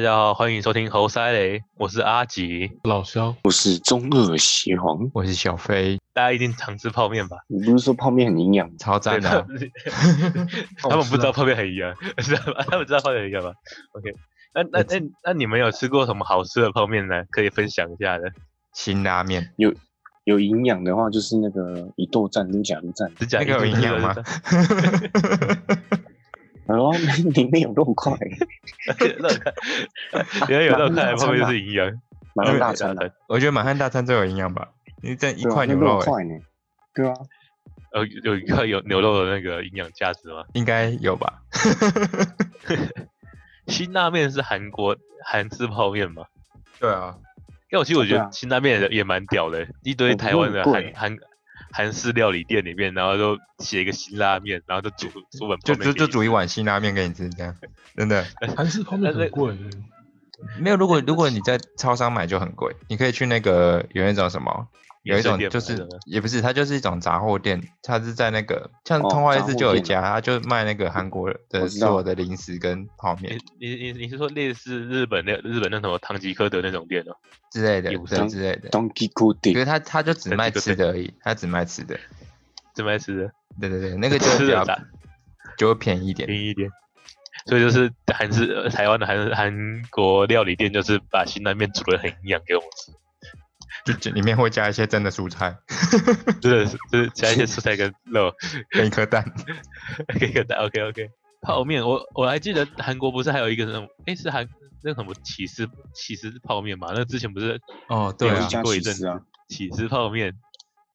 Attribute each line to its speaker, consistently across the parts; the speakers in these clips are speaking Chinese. Speaker 1: 家好，欢迎收听猴塞雷，我是阿吉，
Speaker 2: 老肖，
Speaker 3: 我是中二邪皇。
Speaker 4: 我是小飞，
Speaker 1: 大家一定常吃泡面吧？
Speaker 3: 你不是说泡面很营养吗？
Speaker 4: 超赞
Speaker 1: 对他
Speaker 4: 的。啊
Speaker 1: 们 他们不知道泡面很营 养，知道吗？他们知道泡面很营养吗？OK，那那那那你们有吃过什么好吃的泡面呢？可以分享一下的。
Speaker 4: 辛拉面，
Speaker 3: 有营养的话，就是那个一豆站跟假如站，
Speaker 1: 只讲
Speaker 4: 那个有营养吗？
Speaker 3: 然后里面有肉 块，
Speaker 1: 热开， 原来有热开的泡面就是营 养。
Speaker 3: 蛮有大餐的、啊
Speaker 4: 我觉得满汉大餐最有营养吧，你这一
Speaker 3: 对啊
Speaker 4: 块
Speaker 3: 那
Speaker 4: 牛肉、
Speaker 3: 肉
Speaker 4: 欸，
Speaker 3: 块呢？对啊，
Speaker 1: 呃，有一块有牛肉的那个营养价值吗？
Speaker 4: 应该有吧？
Speaker 1: 辛拉面是韩国韩式泡面吗？
Speaker 4: 对啊，
Speaker 1: 因为我其实我觉
Speaker 3: 对
Speaker 1: 得
Speaker 3: 啊
Speaker 1: 辛拉面也也蛮屌的，一堆
Speaker 4: 哦
Speaker 3: 我
Speaker 1: 台湾的
Speaker 3: 不
Speaker 1: 韩
Speaker 3: 会
Speaker 1: 韩韩式料理店里面，然后就写一个辛拉面，然后就煮煮碗
Speaker 4: 就
Speaker 1: 泡面
Speaker 4: 就
Speaker 1: 给
Speaker 4: 就
Speaker 1: 你
Speaker 4: 煮一碗辛拉面给你吃，这样 真的
Speaker 2: 韩式泡面很贵，
Speaker 4: 没有。如果如果你在超商买就很贵，你可以去那个有一种什么，有
Speaker 1: 免
Speaker 4: 一
Speaker 1: 税
Speaker 4: 种
Speaker 1: 店
Speaker 4: 就
Speaker 1: 嘛
Speaker 4: 是
Speaker 1: 那种
Speaker 4: 也不是，它就是一种杂货店，它是在那个像
Speaker 3: 哦
Speaker 4: 通化夜
Speaker 3: 杂
Speaker 4: 市
Speaker 3: 货
Speaker 4: 就有一
Speaker 3: 店
Speaker 4: 家，它就卖那个韩国的
Speaker 3: 我知
Speaker 4: 所
Speaker 3: 道
Speaker 4: 有的零食跟泡面
Speaker 1: 你你你你是说类似日本那日本那什么唐吉诃德那种店哦？
Speaker 4: 之类的，
Speaker 1: 也不
Speaker 4: 对
Speaker 3: 是
Speaker 4: 之类的。
Speaker 3: Donkey Kong
Speaker 4: 可是
Speaker 3: Day，
Speaker 4: 它它就只
Speaker 1: 等
Speaker 4: 卖
Speaker 1: 几个
Speaker 4: 吃的而已，它只卖吃的。
Speaker 1: 这么爱吃的，
Speaker 4: 对对对，那 个就会
Speaker 1: 吃
Speaker 4: 比
Speaker 1: 的
Speaker 4: 较
Speaker 1: 大
Speaker 4: 就会便宜一点。
Speaker 1: 便宜一点。所以就是韩式呃台湾的韩韩国料理店，就是把辛拉面煮的很营养给我们吃，
Speaker 4: 就就里面会加一些真的蔬 菜
Speaker 1: 真的是就是加一些蔬菜跟肉，
Speaker 4: 跟一颗蛋。
Speaker 1: 可以给大 OK OK。泡 面，我我还记得韩国不是还有一个那种，诶，是韩那什么起司起司泡面嘛？那之前不是
Speaker 4: 哦，对
Speaker 1: 有
Speaker 4: 啊
Speaker 3: 一，家
Speaker 1: 过一
Speaker 3: 起
Speaker 1: 阵
Speaker 3: 司啊，
Speaker 1: 起司泡面，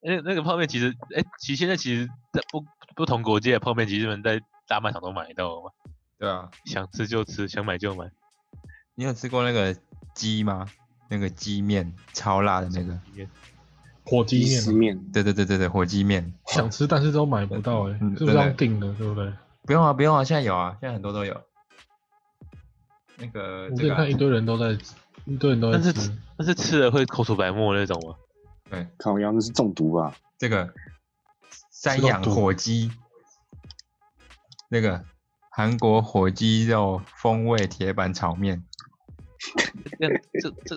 Speaker 1: 那那个泡面其实，哎、其实现在其实在不不同国界的泡面，其实你们在大卖场都买得到嘛，
Speaker 4: 对啊。
Speaker 1: 想吃就吃，想买就买。
Speaker 4: 你有吃过那个鸡吗？那个鸡面超辣的那个。
Speaker 2: 火鸡
Speaker 3: 鸡丝
Speaker 2: 面嘛啊
Speaker 3: 面，
Speaker 4: 对对对对对，火鸡面。
Speaker 2: 想吃，但是都买不到哎、
Speaker 4: 嗯
Speaker 2: 是不
Speaker 4: 真
Speaker 2: 是
Speaker 4: 的
Speaker 2: 要订的，对不对？
Speaker 4: 不用啊，不用啊，现在有啊，现在很多都有。那个
Speaker 2: 我
Speaker 4: 这
Speaker 2: 可以
Speaker 4: 个啊、
Speaker 2: 看一堆人都在，一堆人都在
Speaker 1: 但是
Speaker 2: 吃，
Speaker 1: 但是吃了会口吐白沫那种吗？
Speaker 4: 对
Speaker 3: 烤羊是中毒吧？
Speaker 4: 这个山
Speaker 2: 吃到
Speaker 4: 羊
Speaker 2: 吐
Speaker 4: 火鸡，那个韩国火鸡肉风味铁板炒面。
Speaker 1: 这样这这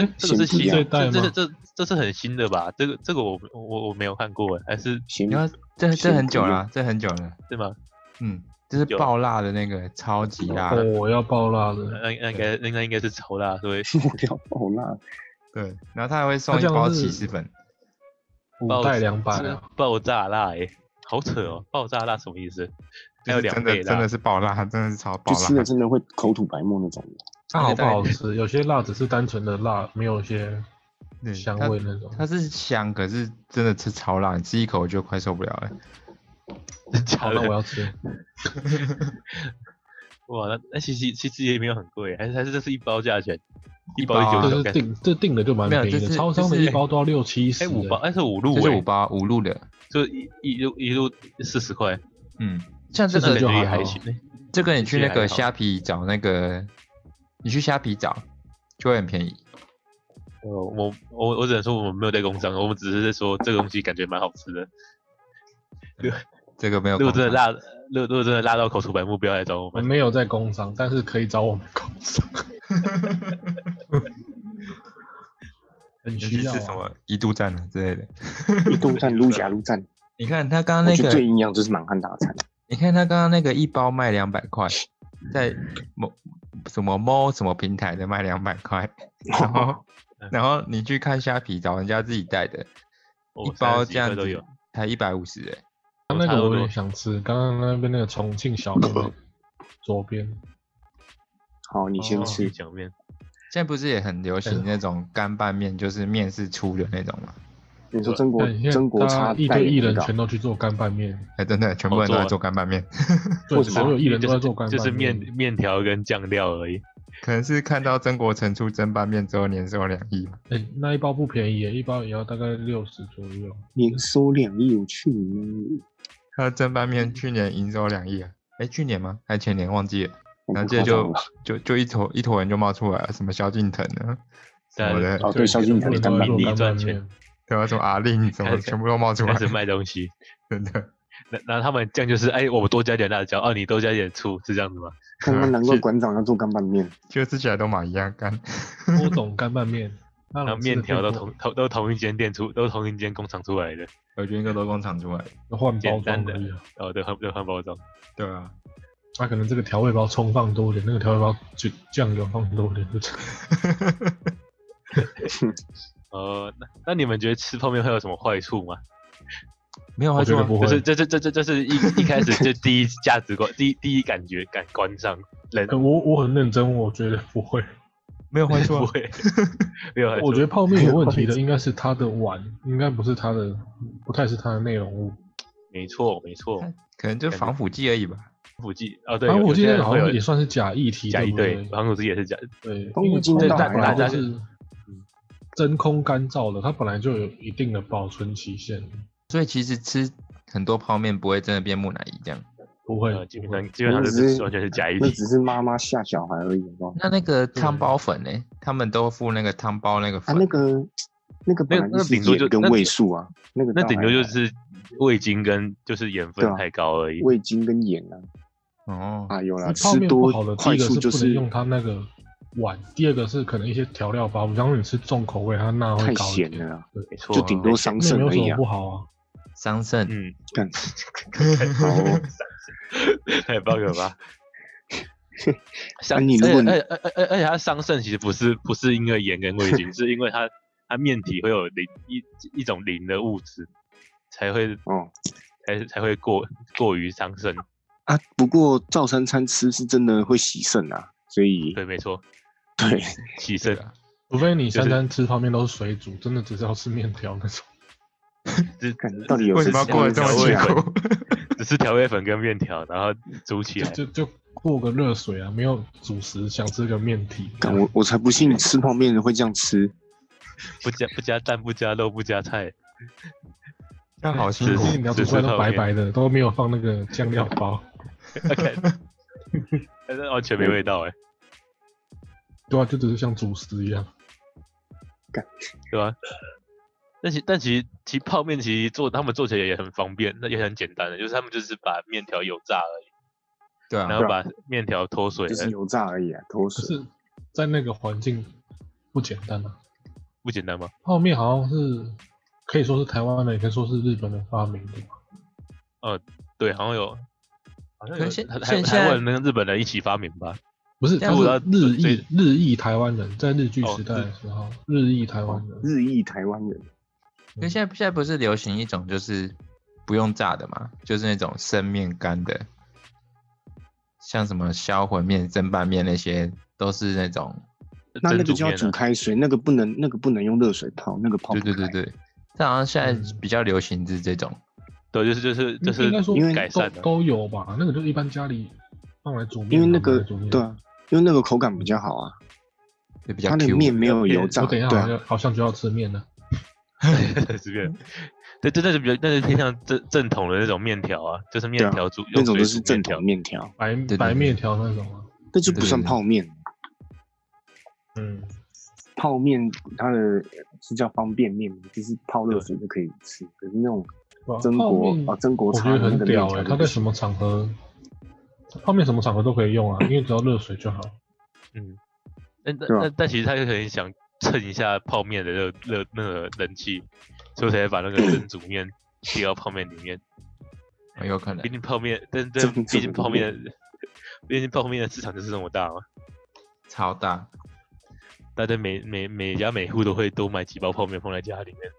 Speaker 2: 哎、
Speaker 1: 这个是
Speaker 3: 先不
Speaker 1: 新
Speaker 3: 要
Speaker 1: 的，
Speaker 2: 这
Speaker 1: 这
Speaker 2: 代
Speaker 1: 这
Speaker 2: 吗
Speaker 1: 这这是很新的吧？这个这个我我我没有看过，还是
Speaker 3: 先
Speaker 4: 你要这这
Speaker 3: 先
Speaker 4: 很
Speaker 3: 不
Speaker 4: 久
Speaker 3: 用
Speaker 4: 了，啊这很久了。
Speaker 1: 对吗？
Speaker 4: 嗯，这是
Speaker 1: 有
Speaker 4: 爆辣的那个，超级辣
Speaker 2: 哦，。我要爆辣
Speaker 1: 那
Speaker 2: 的，
Speaker 1: 那那应该那应该是超辣，对，
Speaker 3: 我要爆 辣，
Speaker 4: 对，然后他还会送
Speaker 2: 它
Speaker 4: 一
Speaker 2: 这样
Speaker 4: 包
Speaker 2: 是
Speaker 4: 起司粉，
Speaker 2: 五
Speaker 1: 爆
Speaker 2: 袋两百
Speaker 1: 是
Speaker 2: 啊，
Speaker 1: 爆炸辣哎、好扯哦！爆炸辣什么意思？还有
Speaker 4: 就
Speaker 1: 两
Speaker 4: 是真
Speaker 1: 倍
Speaker 4: 的真
Speaker 1: 辣
Speaker 4: 的，是爆辣，真的是超爆
Speaker 3: 就
Speaker 4: 辣
Speaker 3: 吃。了真的会口吐白沫那种。
Speaker 2: 那好不
Speaker 4: 而
Speaker 2: 好
Speaker 4: 且
Speaker 2: 吃？有些辣只是单纯的辣，没有一些
Speaker 4: 对
Speaker 2: 香
Speaker 4: 它
Speaker 2: 味那种。
Speaker 4: 它是香，可是真的吃超辣，你吃一口我就快受不了了。
Speaker 1: 真假
Speaker 2: 好，
Speaker 1: 的
Speaker 2: 那我要吃。
Speaker 1: 哇，那那其实其实也没有很贵，还是还是这是一包价钱，
Speaker 4: 一
Speaker 1: 包一
Speaker 4: 包啊
Speaker 1: 九
Speaker 2: 这
Speaker 1: 九
Speaker 2: 是
Speaker 1: 感觉，
Speaker 2: 定这定的就蛮
Speaker 4: 没有
Speaker 2: 便宜
Speaker 4: 就
Speaker 2: 的，
Speaker 4: 是
Speaker 2: 超商的
Speaker 4: 就是
Speaker 2: 一包都要六七十
Speaker 1: 哎
Speaker 2: 欸。
Speaker 1: 五包，哎是五
Speaker 4: 这
Speaker 1: 路
Speaker 4: 是
Speaker 1: 哎
Speaker 4: 五，包五路的，
Speaker 1: 就一一路一路四十块，
Speaker 4: 嗯，像这
Speaker 1: 那感
Speaker 2: 这
Speaker 4: 个
Speaker 2: 就
Speaker 1: 觉也
Speaker 2: 还
Speaker 1: 还
Speaker 2: 好
Speaker 1: 行哎。
Speaker 4: 这个你去
Speaker 1: 其实
Speaker 4: 那个
Speaker 1: 还好
Speaker 4: 虾皮找那个，你去虾皮找就会很便宜。
Speaker 1: 呃，我我我只能说我们没有在工商，我们只是在说这个东西感觉蛮好吃的。
Speaker 4: 这个没有
Speaker 1: 如果
Speaker 4: 广告，
Speaker 1: 真的辣，如如果真的辣到口吐白沫，不要来找我
Speaker 2: 我
Speaker 1: 们。
Speaker 2: 没有在工商，但是可以找我们工 商。很
Speaker 4: 你
Speaker 2: 需
Speaker 4: 去
Speaker 2: 要、
Speaker 4: 吃什
Speaker 2: 啊。
Speaker 4: 么一度站啊之类的。
Speaker 3: 嗯一豆站、撸假如站，
Speaker 4: 你看他刚刚
Speaker 3: 我
Speaker 4: 那
Speaker 3: 觉得最
Speaker 4: 个，
Speaker 3: 营养就是满汉大餐。
Speaker 4: 你看他刚刚那个一包卖两百块，在某什么某什么平台的卖两百块，然后
Speaker 1: 嗯
Speaker 4: 然后你去看虾皮找人家自己带的，
Speaker 1: 哦我
Speaker 4: 一
Speaker 1: 30
Speaker 4: 包
Speaker 1: 几
Speaker 4: 这样
Speaker 1: 块都有
Speaker 4: 子，才一百五十哎，
Speaker 2: 刚那个我有点想吃，刚刚那边那个重庆小面 的左边，
Speaker 3: 好，你先
Speaker 4: 哦
Speaker 3: 吃。
Speaker 1: 酱面，
Speaker 4: 现在不是也很流
Speaker 1: 哎
Speaker 4: 行那种干拌面，就是面是粗的那种吗？
Speaker 3: 你说曾国
Speaker 2: 但现
Speaker 3: 曾国
Speaker 2: 在
Speaker 3: 差
Speaker 2: 大家一
Speaker 3: 代
Speaker 2: 堆艺
Speaker 3: 言
Speaker 2: 人
Speaker 3: 广告
Speaker 2: 全都去做干拌面，
Speaker 4: 哎，真的，全部
Speaker 1: 好
Speaker 4: 人都
Speaker 1: 做
Speaker 4: 在
Speaker 1: 啊
Speaker 4: 做干拌面，
Speaker 2: 对，
Speaker 3: 者是
Speaker 2: 所有艺人都
Speaker 1: 就
Speaker 2: 在
Speaker 1: 是
Speaker 2: 做干
Speaker 1: 就
Speaker 2: 拌
Speaker 1: 是面
Speaker 2: 面。
Speaker 1: 面条跟酱料而已。
Speaker 4: 可能是看到曾国城出蒸拌面之后年收两亿吧。
Speaker 2: 哎、那一包不便宜耶，一包也要大概六十左右。
Speaker 3: 年收两亿，我去你妈！
Speaker 4: 他蒸拌面去年营收两亿啊，哎，去年吗？还前年忘记了。
Speaker 3: 我
Speaker 4: 然
Speaker 3: 不
Speaker 4: 后接着
Speaker 3: 夸张
Speaker 4: 就
Speaker 3: 了
Speaker 4: 就就一坨一坨人就冒出来了，什么萧敬腾啊，
Speaker 1: 对
Speaker 4: 什
Speaker 1: 啊
Speaker 4: 么的，
Speaker 3: 哦，对，萧敬腾的
Speaker 2: 全部
Speaker 3: 干
Speaker 2: 人
Speaker 3: 拌
Speaker 2: 都在
Speaker 3: 面
Speaker 2: 做干拌
Speaker 1: 盈利赚
Speaker 2: 面
Speaker 1: 钱。
Speaker 4: 对啊，什么阿令什
Speaker 1: 开
Speaker 4: 么，
Speaker 1: 始
Speaker 4: 全部都冒出来
Speaker 1: 开始
Speaker 4: 了，
Speaker 1: 卖东西，
Speaker 4: 真的。
Speaker 1: 那然然后他们酱就是哎，我们多加点辣椒，哦，你多加点醋，是这样子吗？
Speaker 3: 他妈难怪馆长要做干拌面，
Speaker 4: 就吃起来都蛮一样干。
Speaker 2: 郭董干拌面， 那
Speaker 1: 然后
Speaker 2: 老师
Speaker 1: 面条都
Speaker 2: 变
Speaker 1: 同同都同一间店出，都同一间工厂出来的，
Speaker 4: 我觉得应该都工厂出来的。
Speaker 2: 都换包
Speaker 1: 简单
Speaker 2: 装
Speaker 1: 的
Speaker 2: 而已啊。
Speaker 1: 哦，对，换对换包装，
Speaker 4: 对 啊，
Speaker 2: 那、可能这个调味包葱放多一点，那个调味包就酱油放多一点，就这样
Speaker 1: 哦，那那你们觉得吃泡面会有什么坏处吗？
Speaker 4: 没有啊
Speaker 2: 我
Speaker 4: 他
Speaker 2: 觉
Speaker 4: 说
Speaker 2: 得不
Speaker 1: 就
Speaker 2: 会
Speaker 1: 是。这这这这这是一一开始就第一价值观，第一第一感觉感官上人
Speaker 2: 呃 我我很认真，我觉得不会。
Speaker 4: 没有坏处、
Speaker 1: 不
Speaker 4: 啊，
Speaker 1: 会，没有，
Speaker 2: 我觉得泡面有问题
Speaker 3: 不
Speaker 2: 的
Speaker 3: 好
Speaker 2: 应该是它的碗，应该不是它的，不太是它的内容物。
Speaker 1: 没错没错，
Speaker 4: 可能就防腐剂而已吧。
Speaker 1: 防腐剂哦对，
Speaker 2: 然后我
Speaker 1: 有
Speaker 2: 记
Speaker 1: 些
Speaker 2: 得
Speaker 1: 人
Speaker 2: 好
Speaker 1: 会
Speaker 2: 像
Speaker 1: 有
Speaker 2: 也算是假议题，
Speaker 1: 假一
Speaker 2: 不
Speaker 1: 对，防腐剂也是假，
Speaker 2: 对，
Speaker 3: 东
Speaker 2: 因为
Speaker 3: 吴京
Speaker 2: 它
Speaker 3: 倒
Speaker 2: 本
Speaker 1: 还
Speaker 2: 来
Speaker 1: 好
Speaker 2: 就是真空干燥的，它本来就有一定的保存期限，
Speaker 4: 所以其实吃很多泡面不会真的变木乃伊这样。
Speaker 2: 不会
Speaker 1: 呃，，基本
Speaker 2: 不会
Speaker 1: 上基本上
Speaker 3: 那
Speaker 1: 就
Speaker 3: 只
Speaker 1: 是完全是假一
Speaker 3: 那
Speaker 1: 体，
Speaker 3: 只是妈妈吓小孩而已，好不好？
Speaker 4: 那那个汤包粉呢、他们都附那个汤包那个
Speaker 3: 啊，
Speaker 4: 粉，
Speaker 3: 那个那个本来
Speaker 1: 那个
Speaker 3: 是
Speaker 1: 顶多就
Speaker 3: 盐跟
Speaker 1: 那
Speaker 3: 味素啊，那个
Speaker 1: 那
Speaker 3: 倒
Speaker 1: 顶
Speaker 3: 还
Speaker 1: 多就
Speaker 3: 好
Speaker 1: 是味精跟就是盐
Speaker 3: 对
Speaker 1: 分
Speaker 3: 啊
Speaker 1: 太高而已。
Speaker 3: 味精跟盐啊，
Speaker 4: 哦，
Speaker 3: 啊有啦，
Speaker 2: 那
Speaker 3: 吃
Speaker 2: 泡面不
Speaker 3: 多
Speaker 2: 好的第
Speaker 3: 快
Speaker 2: 一个
Speaker 3: 速
Speaker 2: 是
Speaker 3: 就
Speaker 2: 不能用它那个碗，第二个是可能一些调料包，比方说你吃重口味，它钠会
Speaker 3: 太
Speaker 2: 高一
Speaker 3: 咸了
Speaker 2: 点，
Speaker 3: 啦，
Speaker 1: 没错，
Speaker 3: 就顶多伤
Speaker 2: 那也
Speaker 3: 肾
Speaker 2: 没有
Speaker 3: 而
Speaker 2: 什
Speaker 3: 已
Speaker 2: 么
Speaker 3: 啊
Speaker 2: 不。好啊。
Speaker 4: 桑葚、
Speaker 1: 嗯，
Speaker 3: 干，好 哦，
Speaker 1: 太爆了 吧！
Speaker 3: 啊
Speaker 1: 像
Speaker 3: 你如
Speaker 1: 而
Speaker 3: 果
Speaker 1: 且而
Speaker 3: 你
Speaker 1: 且而且而且它伤肾其实不是不是因为盐跟味精，是因为它它面体会有磷一一种磷的物质，才会
Speaker 3: 哦
Speaker 1: 才才会过过于伤肾。
Speaker 3: 啊，不过照三餐吃是真的会洗肾啊，所以
Speaker 1: 对，没错，
Speaker 3: 对，
Speaker 1: 起
Speaker 4: 对
Speaker 1: 肾
Speaker 4: 啊，
Speaker 2: 除非你
Speaker 1: 就是
Speaker 2: 三餐吃泡面都是水煮，真的只是要吃面条那种。
Speaker 1: 只
Speaker 3: 看到底有
Speaker 4: 为什
Speaker 3: 谁
Speaker 4: 么要
Speaker 3: 吃
Speaker 4: 过得
Speaker 3: 面
Speaker 4: 这么
Speaker 3: 条
Speaker 1: 味
Speaker 4: 辛
Speaker 3: 啊
Speaker 1: 道
Speaker 4: 苦？
Speaker 1: 只是调味粉跟面条，然后煮起来。
Speaker 2: 就就就过个热水啊，没有主食，想吃个面体。
Speaker 3: 干我我才不信吃泡面的会这样吃，
Speaker 1: 不加不加蛋，不加肉，不加 菜，
Speaker 4: 这样好辛
Speaker 1: 是
Speaker 4: 苦
Speaker 2: 因。为你要煮出来都白白的，都没有放那个酱料包。
Speaker 1: 但是完全没味道哎、
Speaker 2: 对啊，就只是像主食一样。
Speaker 1: 对吧、但其但其其泡面其实做他们做起来也很方便，那也很简单的，就是他们就是把面条油炸而已，
Speaker 4: 对啊
Speaker 1: 然，后把面条脱水
Speaker 3: 就是
Speaker 1: 了，
Speaker 3: 油炸而已啊，脱
Speaker 2: 可
Speaker 3: 水。
Speaker 2: 是，在那个环境不简单啊。
Speaker 1: 不简单吗？
Speaker 2: 泡面好像是可以说是台湾的，也可以说是日本人发明的吧。
Speaker 1: 对，好像有，好像
Speaker 4: 可
Speaker 1: 有
Speaker 4: 是现
Speaker 1: 台台
Speaker 4: 现
Speaker 1: 台
Speaker 4: 现
Speaker 1: 湾跟日本人一起发明吧，
Speaker 2: 不是，
Speaker 4: 这
Speaker 2: 他
Speaker 4: 样
Speaker 2: 是
Speaker 1: 子
Speaker 2: 日裔
Speaker 1: 最
Speaker 2: 日裔台湾人，在日据
Speaker 1: 啊哦
Speaker 2: 时代的时候，日裔台湾人
Speaker 3: 日裔台湾人，
Speaker 4: 因为现在现在不是流行一种就是不用炸的嘛，就是那种生面干的，像什么销魂面、蒸拌面那些，都是那种，
Speaker 3: 那那
Speaker 1: 蒸
Speaker 3: 个
Speaker 1: 煮
Speaker 3: 就要
Speaker 1: 面
Speaker 3: 煮
Speaker 1: 啊，
Speaker 3: 开水，那个不能那个不能用热水泡，那个泡
Speaker 4: 对
Speaker 3: 不
Speaker 4: 对对
Speaker 3: 开
Speaker 4: 对，这好像现在
Speaker 2: 嗯
Speaker 4: 比较流行是这种，
Speaker 1: 对，就是就是
Speaker 4: 嗯
Speaker 1: 就
Speaker 2: 应该说
Speaker 1: 是改善
Speaker 2: 都
Speaker 1: 的，
Speaker 2: 都有吧。那个就是一般家里放来煮面，
Speaker 3: 因为那
Speaker 2: 放
Speaker 3: 个
Speaker 2: 来煮面
Speaker 3: 对啊，因为那个口感比较好啊，
Speaker 4: 就比较
Speaker 3: 它那个
Speaker 4: Q
Speaker 3: 面没有油炸，
Speaker 2: 我等
Speaker 3: 对
Speaker 2: 一下好
Speaker 3: 啊，
Speaker 2: 像好像就要吃面了。
Speaker 1: 随便。对，这那是比较，那是偏向正正统的那种面条啊，就是
Speaker 3: 对
Speaker 1: 面
Speaker 3: 啊
Speaker 1: 条煮
Speaker 3: 那
Speaker 1: 用
Speaker 3: 种
Speaker 1: 水
Speaker 3: 就
Speaker 1: 煮
Speaker 3: 是
Speaker 1: 面
Speaker 3: 正
Speaker 1: 条
Speaker 3: 统，面条，
Speaker 2: 白
Speaker 4: 对对
Speaker 2: 白
Speaker 4: 对
Speaker 2: 面条那种啊，
Speaker 3: 那就不
Speaker 4: 对
Speaker 3: 算
Speaker 4: 对
Speaker 3: 泡面。
Speaker 2: 嗯，
Speaker 3: 泡面它的是叫方便面吗，就是泡热水就可以吃。可是那种
Speaker 2: 哇
Speaker 3: 曾
Speaker 2: 泡
Speaker 3: 国
Speaker 2: 面
Speaker 3: 啊，曾国
Speaker 2: 我觉
Speaker 3: 茶的
Speaker 2: 得
Speaker 3: 那
Speaker 2: 很
Speaker 3: 个面
Speaker 2: 屌
Speaker 3: 条
Speaker 2: 哎、
Speaker 3: 就不
Speaker 2: 它在什
Speaker 3: 行
Speaker 2: 么场合，泡面什么场合都可以用啊，因为只要热水 就好。
Speaker 1: 嗯，但但
Speaker 3: 对啊
Speaker 1: 但但其实他可能想蹭一下泡面的热热那个人气，所以才把那 个蒸煮面踢到泡面里面。
Speaker 4: 哦有可能
Speaker 1: 毕。竟泡面，但但
Speaker 3: 蒸
Speaker 1: 毕竟
Speaker 3: 煮
Speaker 1: 泡面
Speaker 3: 面
Speaker 1: 的，毕竟泡面的市场就是这么大嘛，
Speaker 4: 超大，
Speaker 1: 大家每每每家每户都会多买几包泡面放在家里面，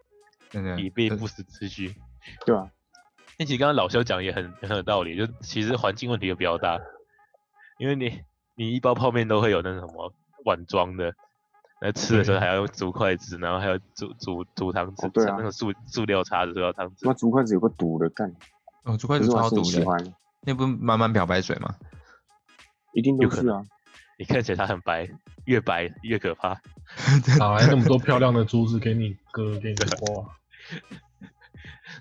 Speaker 4: 真的
Speaker 1: 以备
Speaker 4: 对
Speaker 1: 不时之需。
Speaker 3: 对啊，
Speaker 1: 那其实刚刚老肖讲也很很有道理，就其实环境问题也比较大，因为你你一包泡面都会有那什么碗装的，那吃的时候
Speaker 2: 对
Speaker 1: 还要煮筷子，然后还要煮煮煮汤匙，
Speaker 3: 哦对啊
Speaker 1: 那个塑塑料叉子、塑料汤匙
Speaker 3: 那，竹筷子有个毒的，干，
Speaker 4: 哦，竹筷
Speaker 3: 可
Speaker 4: 子
Speaker 3: 是我还
Speaker 4: 超
Speaker 3: 是
Speaker 4: 毒
Speaker 3: 很喜
Speaker 4: 的，
Speaker 3: 欢，
Speaker 4: 那不慢慢漂白水吗？
Speaker 3: 一定
Speaker 1: 有
Speaker 3: 都
Speaker 1: 可
Speaker 3: 是啊。
Speaker 1: 你看起来它很白，越白越可怕。
Speaker 2: 哪来那么多漂亮的珠子给你割给你刮、啊？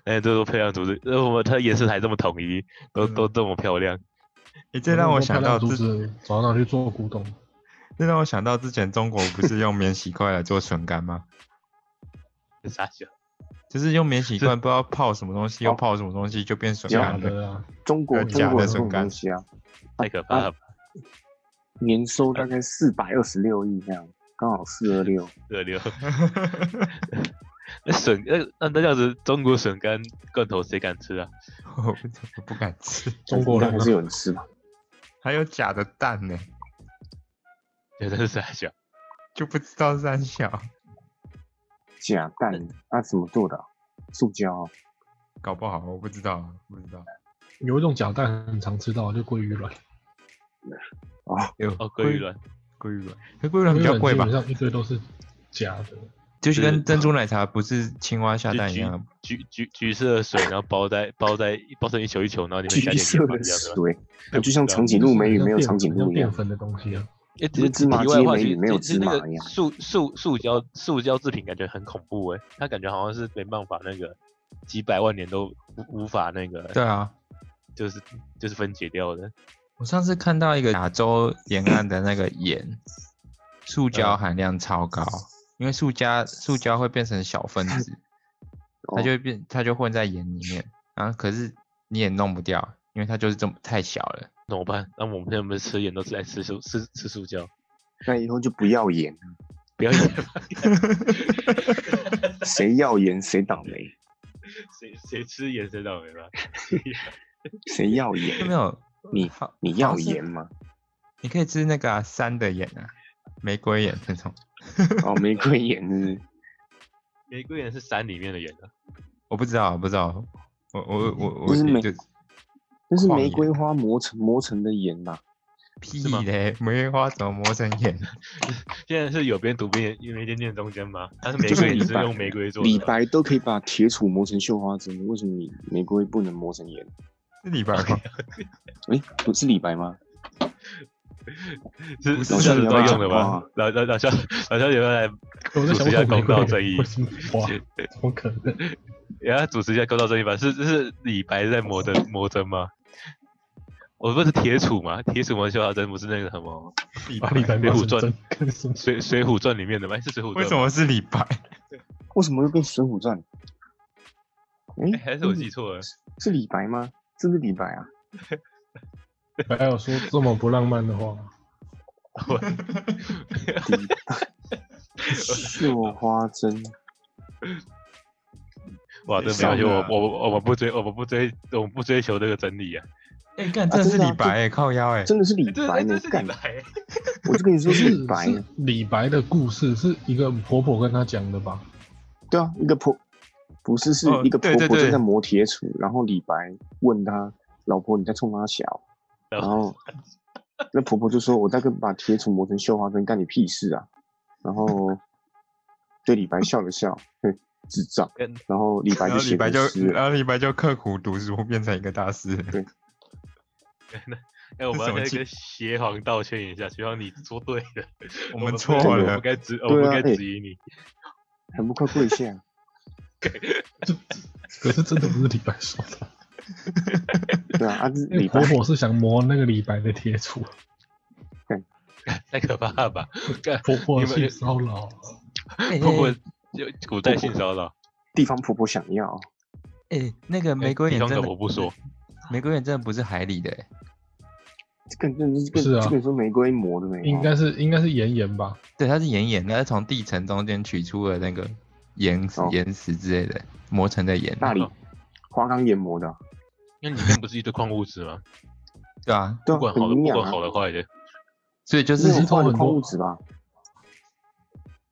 Speaker 1: 哎，这都漂亮组织，呃，我们它颜色还这么统一，
Speaker 3: 嗯
Speaker 1: 都都这么漂亮。
Speaker 4: 诶 这让我想到
Speaker 2: 那么多漂亮的
Speaker 4: 之，
Speaker 2: 珠子早上拿去做古董，
Speaker 4: 这让我想到之前中国不是用免洗筷来做唇干吗？
Speaker 1: 傻笑，
Speaker 4: 就是用免洗罐不知道泡什么东西，又泡什么东西就变水
Speaker 2: 假
Speaker 4: 干了。
Speaker 2: 的啊，
Speaker 3: 中国
Speaker 4: 呃
Speaker 3: 中
Speaker 4: 假
Speaker 3: 国
Speaker 4: 的
Speaker 3: 有这种
Speaker 4: 笋干
Speaker 3: 东西啊，
Speaker 1: 太可怕了吧，
Speaker 3: 年收大概四百二十六亿这样，刚好四二六。
Speaker 1: 热 流。 那笋那那那这样子，中国笋干罐头谁敢吃啊？
Speaker 4: 我不我不敢吃，
Speaker 2: 中国
Speaker 3: 但是
Speaker 2: 人啊
Speaker 3: 还是有人吃吧？
Speaker 4: 还有假的蛋呢，
Speaker 1: 觉得是傻笑。
Speaker 4: 就不知道三小，
Speaker 3: 假蛋啊，怎么做的啊、塑胶啊、
Speaker 4: 搞不好我不知道，不知道。
Speaker 2: 有一种假蛋很常吃到，就鲑鱼卵，
Speaker 4: 有
Speaker 1: 哦，鲑鱼，卵，
Speaker 4: 鲑鱼卵，可鲑鱼卵比较贵吧
Speaker 2: 基本？上一堆都是假 的，
Speaker 4: 就是
Speaker 1: 就是
Speaker 4: 跟珍珠奶茶不是青蛙下蛋一样，
Speaker 1: 橘橘橘色的水，然后包在包在包成一球一球，然后里面
Speaker 3: 橘
Speaker 1: 加点
Speaker 3: 色
Speaker 1: 盐巴
Speaker 3: 的
Speaker 1: 这样子。
Speaker 3: 水，
Speaker 1: 对
Speaker 3: 就像
Speaker 1: 不知道
Speaker 3: 长颈鹿美语没有
Speaker 2: 很像
Speaker 3: 长颈鹿
Speaker 2: 淀
Speaker 3: 一样
Speaker 2: 很像淀。粉的东西 啊，
Speaker 1: 哎，
Speaker 3: 就
Speaker 1: 只
Speaker 3: 是芝麻
Speaker 1: 题
Speaker 3: 鸡
Speaker 1: 外话，
Speaker 3: 没
Speaker 1: 其
Speaker 3: 有没有
Speaker 1: 实其实
Speaker 3: 芝
Speaker 1: 那
Speaker 3: 麻
Speaker 1: 个
Speaker 3: 一样
Speaker 1: 塑塑塑胶塑胶制品感觉很恐怖哎，它感觉好像是没办法那个几百万年都无无法那个
Speaker 4: 对啊，
Speaker 1: 就是就是分解掉的。
Speaker 4: 我上次看到一个亚洲沿岸的那个盐，塑胶含量超高，因为塑胶塑胶会变成小分子，它就会变，它就混在盐里面，然后可是你也弄不掉，因为它就是这么太小了。
Speaker 1: 怎么办？那我们现在不是吃盐都是在吃塑吃吃塑胶，
Speaker 3: 那以后就不要盐，
Speaker 1: 不要盐，
Speaker 3: 谁要盐谁倒霉，
Speaker 1: 谁谁吃盐谁倒霉吧。
Speaker 3: 谁要
Speaker 4: 有
Speaker 3: 盐
Speaker 4: 没有？
Speaker 3: 你
Speaker 4: 好，
Speaker 3: 你要盐吗？
Speaker 4: 你可以吃那个啊山、的盐啊，玫瑰盐那种，
Speaker 3: 哦，玫瑰盐是不是
Speaker 1: 玫瑰盐是山里面的盐啊，
Speaker 4: 我不知道，不知道，我我我我
Speaker 3: 就是玫
Speaker 4: 就
Speaker 3: 那是
Speaker 4: 矿
Speaker 3: 玫
Speaker 4: 盐
Speaker 3: 瑰花磨成磨成的盐呐、
Speaker 4: 屁
Speaker 1: 吗
Speaker 4: 嘞，玫瑰花怎么磨成盐？啊
Speaker 1: 现在是有边读边有边念中间吗？但是玫
Speaker 3: 就是
Speaker 1: 瑰
Speaker 3: 李
Speaker 1: 也是
Speaker 3: 白
Speaker 1: 用玫瑰做
Speaker 3: 李
Speaker 1: 的吧，
Speaker 3: 白都可以把铁杵磨成绣花针，为什么你玫瑰不能磨成盐？
Speaker 4: 是李白 吗？
Speaker 1: 啊
Speaker 3: 诶，不是李白吗？
Speaker 1: 是
Speaker 4: 不
Speaker 1: 是
Speaker 4: 是
Speaker 1: 这样
Speaker 4: 李
Speaker 1: 子都
Speaker 4: 白吧
Speaker 1: 用的
Speaker 3: 啊
Speaker 1: 吧？老老老肖老肖有没有来
Speaker 2: 我在
Speaker 1: 主
Speaker 2: 想
Speaker 1: 持一下
Speaker 2: 为什么
Speaker 1: 公道
Speaker 2: 会
Speaker 1: 正义
Speaker 2: 会？是花，怎么可能？
Speaker 1: 也要主持一下公道正义吧？是是李白在磨针磨针吗？我不是铁杵吗？铁杵磨绣花针不是那个什么
Speaker 4: 李
Speaker 2: 把李白
Speaker 1: 白
Speaker 2: 变
Speaker 1: 虎
Speaker 2: 成
Speaker 1: 传
Speaker 2: 真，跟 什么
Speaker 1: 《水水浒传》里面的吗？是《水浒传》吗？
Speaker 4: 为什么是李白？
Speaker 3: 啊为什么又变《水浒传》？诶，
Speaker 1: 哎？还是我记错了？
Speaker 3: 是李白吗？是不是李白啊？
Speaker 2: 还有说这么不浪漫的话，
Speaker 1: 我
Speaker 3: 李白绣花针，
Speaker 1: 哇，这没关系，我我我我们不追，我们不追，我们不追求这个真理啊！
Speaker 4: 哎、干，真的是
Speaker 3: 真的啊
Speaker 4: 李白哎、靠腰哎、
Speaker 3: 真的是李
Speaker 1: 这
Speaker 3: 白呢
Speaker 1: 这是？
Speaker 3: 干
Speaker 1: 李，白，
Speaker 3: 我就跟你说是 李白欸
Speaker 2: 是。李白的故事是一个婆婆跟他讲的吧？
Speaker 3: 对啊，一个婆不是是
Speaker 4: 哦
Speaker 3: 一个婆
Speaker 4: 对对
Speaker 3: 婆
Speaker 4: 对
Speaker 3: 正在磨铁杵，然后李白问他老婆你在冲他小，
Speaker 1: 然
Speaker 3: 然
Speaker 1: 后
Speaker 3: 后那婆婆就说我大概把铁杵磨成绣花针，干你屁事啊！然后对李白笑了笑，哼，智障
Speaker 1: 跟。
Speaker 3: 然后李白
Speaker 4: 然
Speaker 3: 就
Speaker 4: 后李
Speaker 3: 写
Speaker 4: 白
Speaker 3: 成
Speaker 4: 就，
Speaker 3: 诗
Speaker 4: 然
Speaker 3: 了，
Speaker 4: 后李白就刻苦读书，变成一个大师。
Speaker 1: 哎，我们
Speaker 4: 这什
Speaker 1: 要
Speaker 4: 么
Speaker 1: 跟
Speaker 4: 劲
Speaker 1: 跟邪皇道歉一下，邪皇你说对了，
Speaker 4: 我
Speaker 1: 们
Speaker 4: 们
Speaker 1: 不
Speaker 4: 错
Speaker 1: 我们
Speaker 4: 了
Speaker 1: 不该指，我们
Speaker 3: 对
Speaker 1: 不
Speaker 3: 啊
Speaker 1: 该
Speaker 3: 哎
Speaker 1: 质疑你。
Speaker 3: 还不快跪下？
Speaker 2: 可是真的不是李白说的，
Speaker 3: 对啊，啊，这
Speaker 2: 那
Speaker 3: 李
Speaker 2: 个
Speaker 3: 白
Speaker 2: 婆婆是想磨那个李白的铁杵，
Speaker 1: 太可怕了吧！干
Speaker 2: 婆婆
Speaker 1: 你们
Speaker 2: 性骚扰。
Speaker 4: 哎、
Speaker 1: 婆婆就古代性骚扰，
Speaker 3: 地方婆婆想要，
Speaker 4: 哎、那个玫瑰
Speaker 1: 你
Speaker 4: 眼
Speaker 1: 装
Speaker 4: 真
Speaker 1: 的
Speaker 4: 的，
Speaker 1: 我不说，
Speaker 4: 玫瑰眼真的不是海里的、哎
Speaker 3: 这个这个
Speaker 2: 是啊
Speaker 3: 这个说玫瑰磨的没有？
Speaker 2: 应该是应该是妍妍吧？
Speaker 4: 对，它是岩盐，它是从地层中间取出了那个岩石
Speaker 3: 哦
Speaker 4: 岩石之类的磨成的盐，啊
Speaker 3: 大
Speaker 1: 嗯
Speaker 3: 理花岗岩磨的啊，
Speaker 1: 因为里面不是一堆矿物质吗？
Speaker 4: 对啊，
Speaker 3: 对
Speaker 1: 不
Speaker 3: 啊，
Speaker 1: 管好
Speaker 3: 很
Speaker 1: 的，
Speaker 3: 营
Speaker 1: 不
Speaker 3: 养
Speaker 1: 管
Speaker 3: 啊
Speaker 1: 好，的坏的，
Speaker 4: 所以就
Speaker 3: 这
Speaker 4: 是
Speaker 2: 石
Speaker 3: 种
Speaker 2: 头
Speaker 3: 化的
Speaker 2: 很
Speaker 3: 矿
Speaker 2: 多
Speaker 3: 物质吧？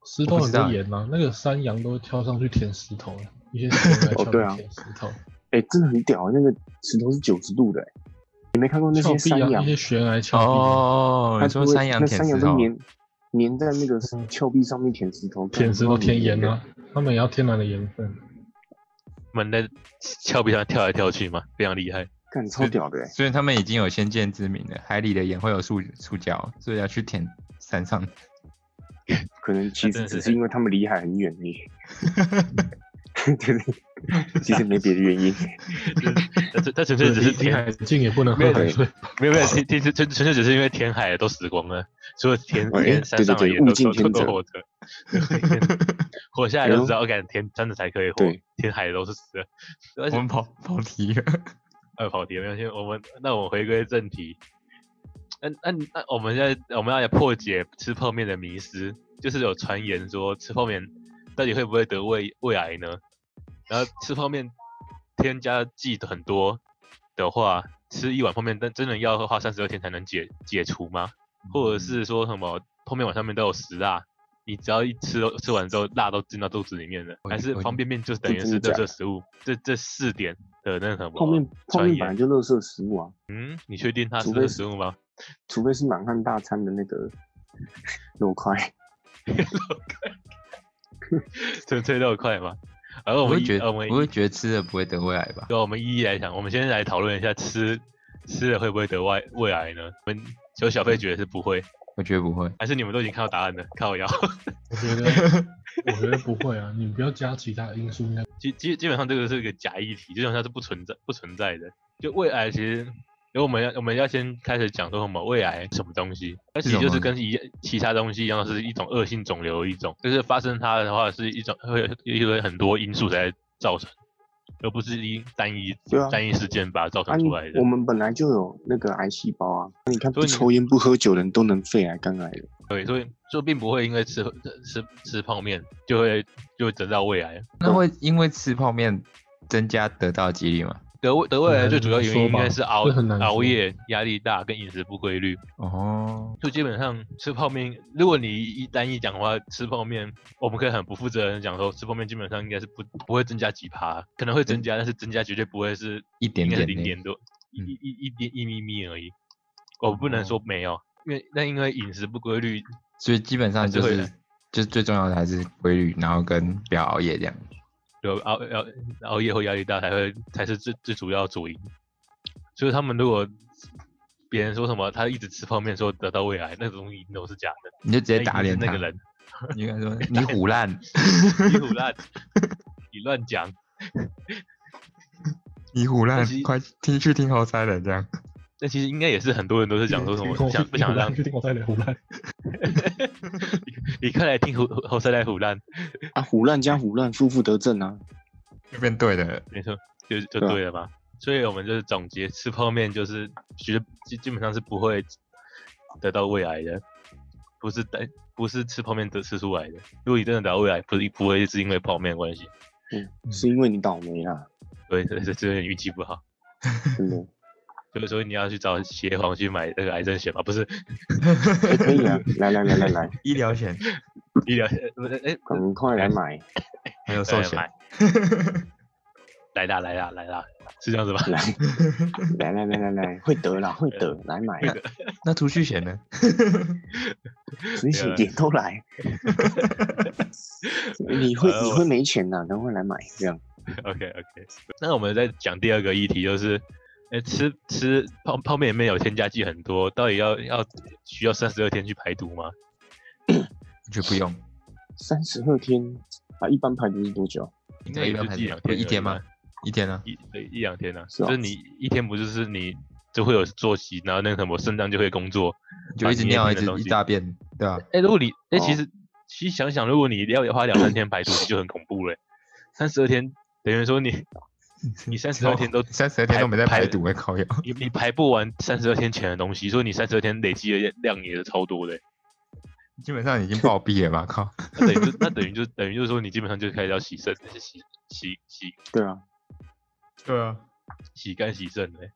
Speaker 2: 石头
Speaker 4: 我不
Speaker 2: 很
Speaker 4: 知
Speaker 2: 多
Speaker 4: 道
Speaker 2: 盐啊，那个山羊都会跳上去舔石头，一些石 头在
Speaker 3: 哦对啊
Speaker 2: 跳去舔石头，
Speaker 3: 哎、真的很屌，那个石头是九十度的、欸，你没看过那
Speaker 2: 峭
Speaker 3: 些山
Speaker 2: 壁啊，
Speaker 3: 羊
Speaker 2: 一？些悬崖峭壁啊，
Speaker 4: 哦，
Speaker 3: 它
Speaker 4: 你说
Speaker 3: 就会
Speaker 4: 山羊哦
Speaker 3: 那
Speaker 4: 舔
Speaker 3: 山
Speaker 4: 石
Speaker 3: 羊都
Speaker 4: 头，啊
Speaker 3: 粘粘在那个
Speaker 2: 嗯
Speaker 3: 峭壁上面舔石头，
Speaker 2: 舔石头舔盐
Speaker 3: 呢？
Speaker 2: 啊，他们也要天然的盐 分。
Speaker 1: 们在峭壁上跳来跳去嘛，非常厉害。
Speaker 3: 干超屌的、欸，
Speaker 4: 所以他们已经有先见之明了。海里的盐会有塑塑胶，所以要去舔山上的。
Speaker 3: 可能其
Speaker 1: 真
Speaker 3: 实
Speaker 1: 的
Speaker 3: 只
Speaker 1: 是
Speaker 3: 是因为他们离海很远而已。对对，其实没别的原因。
Speaker 1: 他他纯粹 只是
Speaker 2: 离
Speaker 1: 填
Speaker 2: 海近也不能
Speaker 1: 没
Speaker 2: 喝
Speaker 1: 有
Speaker 2: 海水，
Speaker 1: 没有没有，其其实纯纯粹只是因为填海的都死光了，除了填
Speaker 3: 哎
Speaker 1: 填山
Speaker 3: 对对
Speaker 1: 上的
Speaker 3: 对
Speaker 1: 也
Speaker 3: 物
Speaker 1: 都
Speaker 3: 竞
Speaker 1: 都都
Speaker 3: 天
Speaker 1: 都
Speaker 3: 择
Speaker 1: 活着， 活下来
Speaker 3: 哎
Speaker 1: 就
Speaker 3: 呦
Speaker 1: 知道，敢填山的才可以活
Speaker 3: 对，哦
Speaker 1: 填海的都是死了。而
Speaker 4: 我
Speaker 1: 且
Speaker 4: 们跑跑题了，
Speaker 1: 呃，跑题了没关系，我们那我们回归正题。那那那我们现在我们要来破解吃泡面的迷思，就是有传言说吃泡面到底会不会得胃胃癌呢？然后吃泡面添加剂很多的话，吃一碗泡面，但真的要花三十二天才能解解除吗？ 或者是说什么泡面碗上面都有食辣，你只要一吃都吃完之后，辣都进到肚子里面了，
Speaker 4: 我
Speaker 1: 还是
Speaker 4: 我
Speaker 1: 方便面就等于
Speaker 3: 真
Speaker 1: 是
Speaker 3: 的
Speaker 1: 热
Speaker 3: 假
Speaker 1: 色
Speaker 3: 的
Speaker 1: 食物？这这四点的那什么
Speaker 3: 泡面泡
Speaker 1: 传
Speaker 3: 面
Speaker 1: 言
Speaker 3: 本来就垃圾食物啊，
Speaker 1: 嗯，你确定它是
Speaker 3: 除
Speaker 1: 热
Speaker 3: 非
Speaker 1: 食
Speaker 3: 是
Speaker 1: 物吗？
Speaker 3: 除非是满汉大餐的那个肉块。
Speaker 1: 纯粹肉块吗？而我
Speaker 4: 嗯我
Speaker 1: 们
Speaker 4: 会
Speaker 1: 一
Speaker 4: 觉
Speaker 1: 呃
Speaker 4: 得
Speaker 1: 我们
Speaker 4: 我会
Speaker 1: 一
Speaker 4: 觉得吃了不会得胃癌吧？
Speaker 1: 对，我们一一来讲，我们先来讨论一下吃吃了会不会得胃胃癌呢？我们求小费觉得是不会，
Speaker 4: 我觉得不会。
Speaker 1: 还是你们都已经看到答案了？靠腰，
Speaker 2: 我觉得我觉得不会啊，你不要加其他因素，应该
Speaker 1: 基基基本上这个是一个假议题，基本上是不存在不存在的。就胃癌其实，因为我们要我们要先开始讲说什么胃癌什么东西，它其
Speaker 4: 是
Speaker 1: 实
Speaker 4: 什
Speaker 1: 就是
Speaker 4: 么
Speaker 1: 跟一其他东西一样，是一种恶性肿瘤的一种，就是发生它的话是一种会因为很多因素才造成，而不是一单一、
Speaker 3: 对啊
Speaker 1: 单一事件把它造
Speaker 3: 啊
Speaker 1: 成
Speaker 3: 你
Speaker 1: 出来的。
Speaker 3: 我们本来就有那个癌细胞啊，你看
Speaker 1: 所
Speaker 3: 不
Speaker 1: 以你
Speaker 3: 抽烟不喝酒的人都能肺癌、肝癌了。
Speaker 1: 对，所以就并不会因为吃吃吃泡面就会就会得到胃癌。
Speaker 4: 那会因为吃泡面增加得到的几率吗？
Speaker 1: 得胃得胃癌最
Speaker 2: 很难
Speaker 1: 主要原因
Speaker 2: 说
Speaker 1: 应该
Speaker 2: 吧
Speaker 1: 是熬
Speaker 2: 这很难
Speaker 1: 熬
Speaker 2: 说
Speaker 1: 夜、压力大跟饮食不规律。
Speaker 4: 哦，
Speaker 1: 就基本上吃泡面，如果你一单一讲的话，吃泡面，我们可以很不负责任地讲说，吃泡面基本上应该是不不会增加几趴，可能会增加，但是增加绝对不会是
Speaker 4: 一点
Speaker 1: 应该是
Speaker 4: 点
Speaker 1: 零
Speaker 4: 点
Speaker 1: 点多，一
Speaker 4: 嗯哦
Speaker 1: 一一一点一咪咪而已。我不能说没有，因为那因为饮食不规律，
Speaker 4: 所以基本上就
Speaker 1: 还是
Speaker 4: 是
Speaker 1: 会
Speaker 4: 就是最重要的还是规律，然后跟不要熬夜这样。
Speaker 1: 有熬熬熬夜或压力大才会才是最最主要的主因。所以他们如果别人说什么他一直吃泡面说得到胃癌，那种东西都是假的，
Speaker 4: 你就直接
Speaker 1: 那
Speaker 4: 打
Speaker 1: 一定
Speaker 4: 脸
Speaker 1: 是那
Speaker 4: 他
Speaker 1: 个，人。
Speaker 4: 你跟 他说你虎烂，
Speaker 1: 你胡乱， 你乱讲。
Speaker 4: 你虎烂
Speaker 1: 但是，
Speaker 4: 快听去听侯赛人这样。
Speaker 1: 那其实应该也是很多人都是讲说什 么想不想让
Speaker 2: 去听我在聊胡乱，
Speaker 1: 你快来听胡侯赛来胡乱，
Speaker 3: 啊，胡乱加胡乱，负负得正啊。
Speaker 4: 就变对的，
Speaker 1: 没错，就就
Speaker 3: 对啊
Speaker 1: 对了嘛。所以我们就是总结，吃泡面就是觉得基基本上是不会得到胃癌的，不是单不是吃泡面得吃出来的。如果你真的得到胃癌，不是不会是因为泡面的关系，
Speaker 3: 嗯，是因为你倒霉啊啦，
Speaker 1: 对，这这这是你运气不好。
Speaker 3: 真的。
Speaker 1: 所以所以你要去找协皇去买那个癌症险嘛，不是
Speaker 3: 哎可以啊，来来来来来，
Speaker 4: 医疗险
Speaker 1: 医疗 险？不是哎，
Speaker 3: 赶快来买，
Speaker 4: 还有寿
Speaker 1: 来
Speaker 4: 险，
Speaker 1: 买来啦来啦来啦，是这样子吧？
Speaker 3: 来来来来来来，会得啦，会
Speaker 1: 哎
Speaker 3: 得，来买啦，
Speaker 4: 那储蓄险呢？
Speaker 3: 所以
Speaker 1: 没有啦
Speaker 3: 也都来。 你会
Speaker 1: 呃
Speaker 3: 你
Speaker 1: 我
Speaker 3: 会没钱呐，赶快来买，这样
Speaker 1: OK OK，那我们再讲第二个议题，就是，哎、吃吃泡泡面里面有添加剂很多，到底要要需要三十二天去排毒吗？
Speaker 4: 我觉得不 用，
Speaker 3: 三十二天啊，一般排毒是多久？
Speaker 1: 应
Speaker 4: 应
Speaker 1: 该
Speaker 4: 该
Speaker 1: 也
Speaker 4: 一
Speaker 1: 就
Speaker 4: 般
Speaker 1: 是
Speaker 4: 排
Speaker 1: 一
Speaker 4: 毒
Speaker 1: 两天而已
Speaker 4: 一天
Speaker 1: 吧
Speaker 4: 吗？一天啊，
Speaker 1: 一对一两天啊，
Speaker 3: 是啊
Speaker 1: 就是你一天不就是你就会有作息，然后那个什么肾脏就会工作。
Speaker 4: 就一直尿，一直
Speaker 1: 把你那天的东
Speaker 4: 一
Speaker 1: 西
Speaker 4: 大便，对吧？
Speaker 1: 哎、如果你哎、其
Speaker 3: 哦
Speaker 1: 实其实想想，如果你要花两三天排毒，你就很恐怖了、三十二天等于说 你你三十二天都
Speaker 4: 哦三十二天都没在排毒，会哎靠药。
Speaker 1: 你你排不完三十二天前的东西，所以你三十二天累积的量也是超多的、
Speaker 4: 基本上已经暴毙了吧？靠，
Speaker 1: 那等于 就那等于就等于就是说，你基本上就开始要洗肾，洗洗洗
Speaker 3: 对啊，
Speaker 4: 对啊，
Speaker 1: 洗肝洗肾嘞。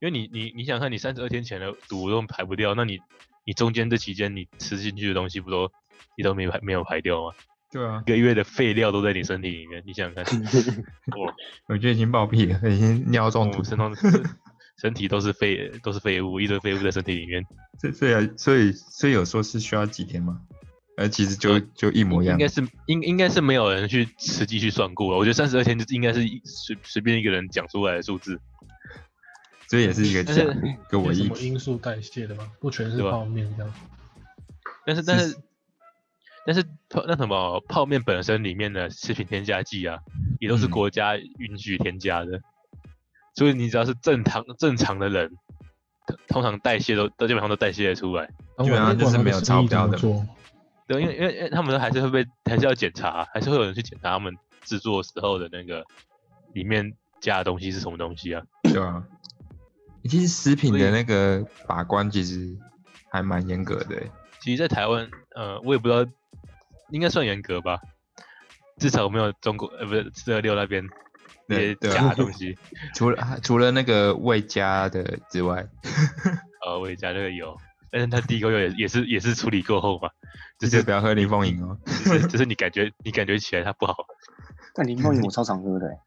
Speaker 1: 因为你你你想看，你三十二天前的毒都排不掉，那你你中间这期间你吃进去的东西不都你都没排没有排掉吗？
Speaker 4: 对啊
Speaker 1: 一，个月的废料都在你身体里面，你想想看哇，
Speaker 4: 我觉得已经暴毙了，已经尿中
Speaker 1: 我
Speaker 4: 毒
Speaker 1: 们。身上身身体都是废都是废物，一堆废物在身体里面，
Speaker 4: 这这啊，所以所以有说是需要几天吗？呃，其实就就一模一
Speaker 1: 应
Speaker 4: 样
Speaker 1: 该。是应应该是没有人去实际去算过了。我觉得三十二天就应该是一随随便一个人讲出来的数字，
Speaker 4: 这也是一个
Speaker 1: 但是
Speaker 4: 假跟我
Speaker 2: 有什
Speaker 4: 一
Speaker 2: 么因素代谢的吗？不全是
Speaker 1: 对吧
Speaker 2: 泡面这样，
Speaker 1: 但是但
Speaker 4: 是
Speaker 1: 是但是泡那什么泡面本身里面的食品添加剂啊，也都是
Speaker 4: 嗯
Speaker 1: 国家允许添加的，所以你只要是正常正常的人，通通常代谢都都基本上都代谢得出来。
Speaker 4: 基本上就是没有超标的
Speaker 2: 做，
Speaker 1: 对，因为因为因为他们还是会被还是要检查，啊还是会有人去检查他们制作时候的那个里面加的东西是什么东西啊？
Speaker 4: 对啊。其实食品
Speaker 1: 所
Speaker 4: 的
Speaker 1: 以
Speaker 4: 那个把关其实还蛮严格的欸，
Speaker 1: 其实，在台湾，呃，我也不知道，应该算严格吧，至少没有中国，呃，不是四二六那边那
Speaker 4: 对
Speaker 1: 些
Speaker 4: 对啊
Speaker 1: 假的东西。
Speaker 4: 除了除了那个未加的之外，
Speaker 1: 呃，我也加这个油，但是它地沟油也也是也是处理过后嘛，只
Speaker 4: 就是是不要喝林凤营哦。
Speaker 1: 只是只是你感觉你感觉起来它不好，
Speaker 3: 但林凤营我超常喝的、欸，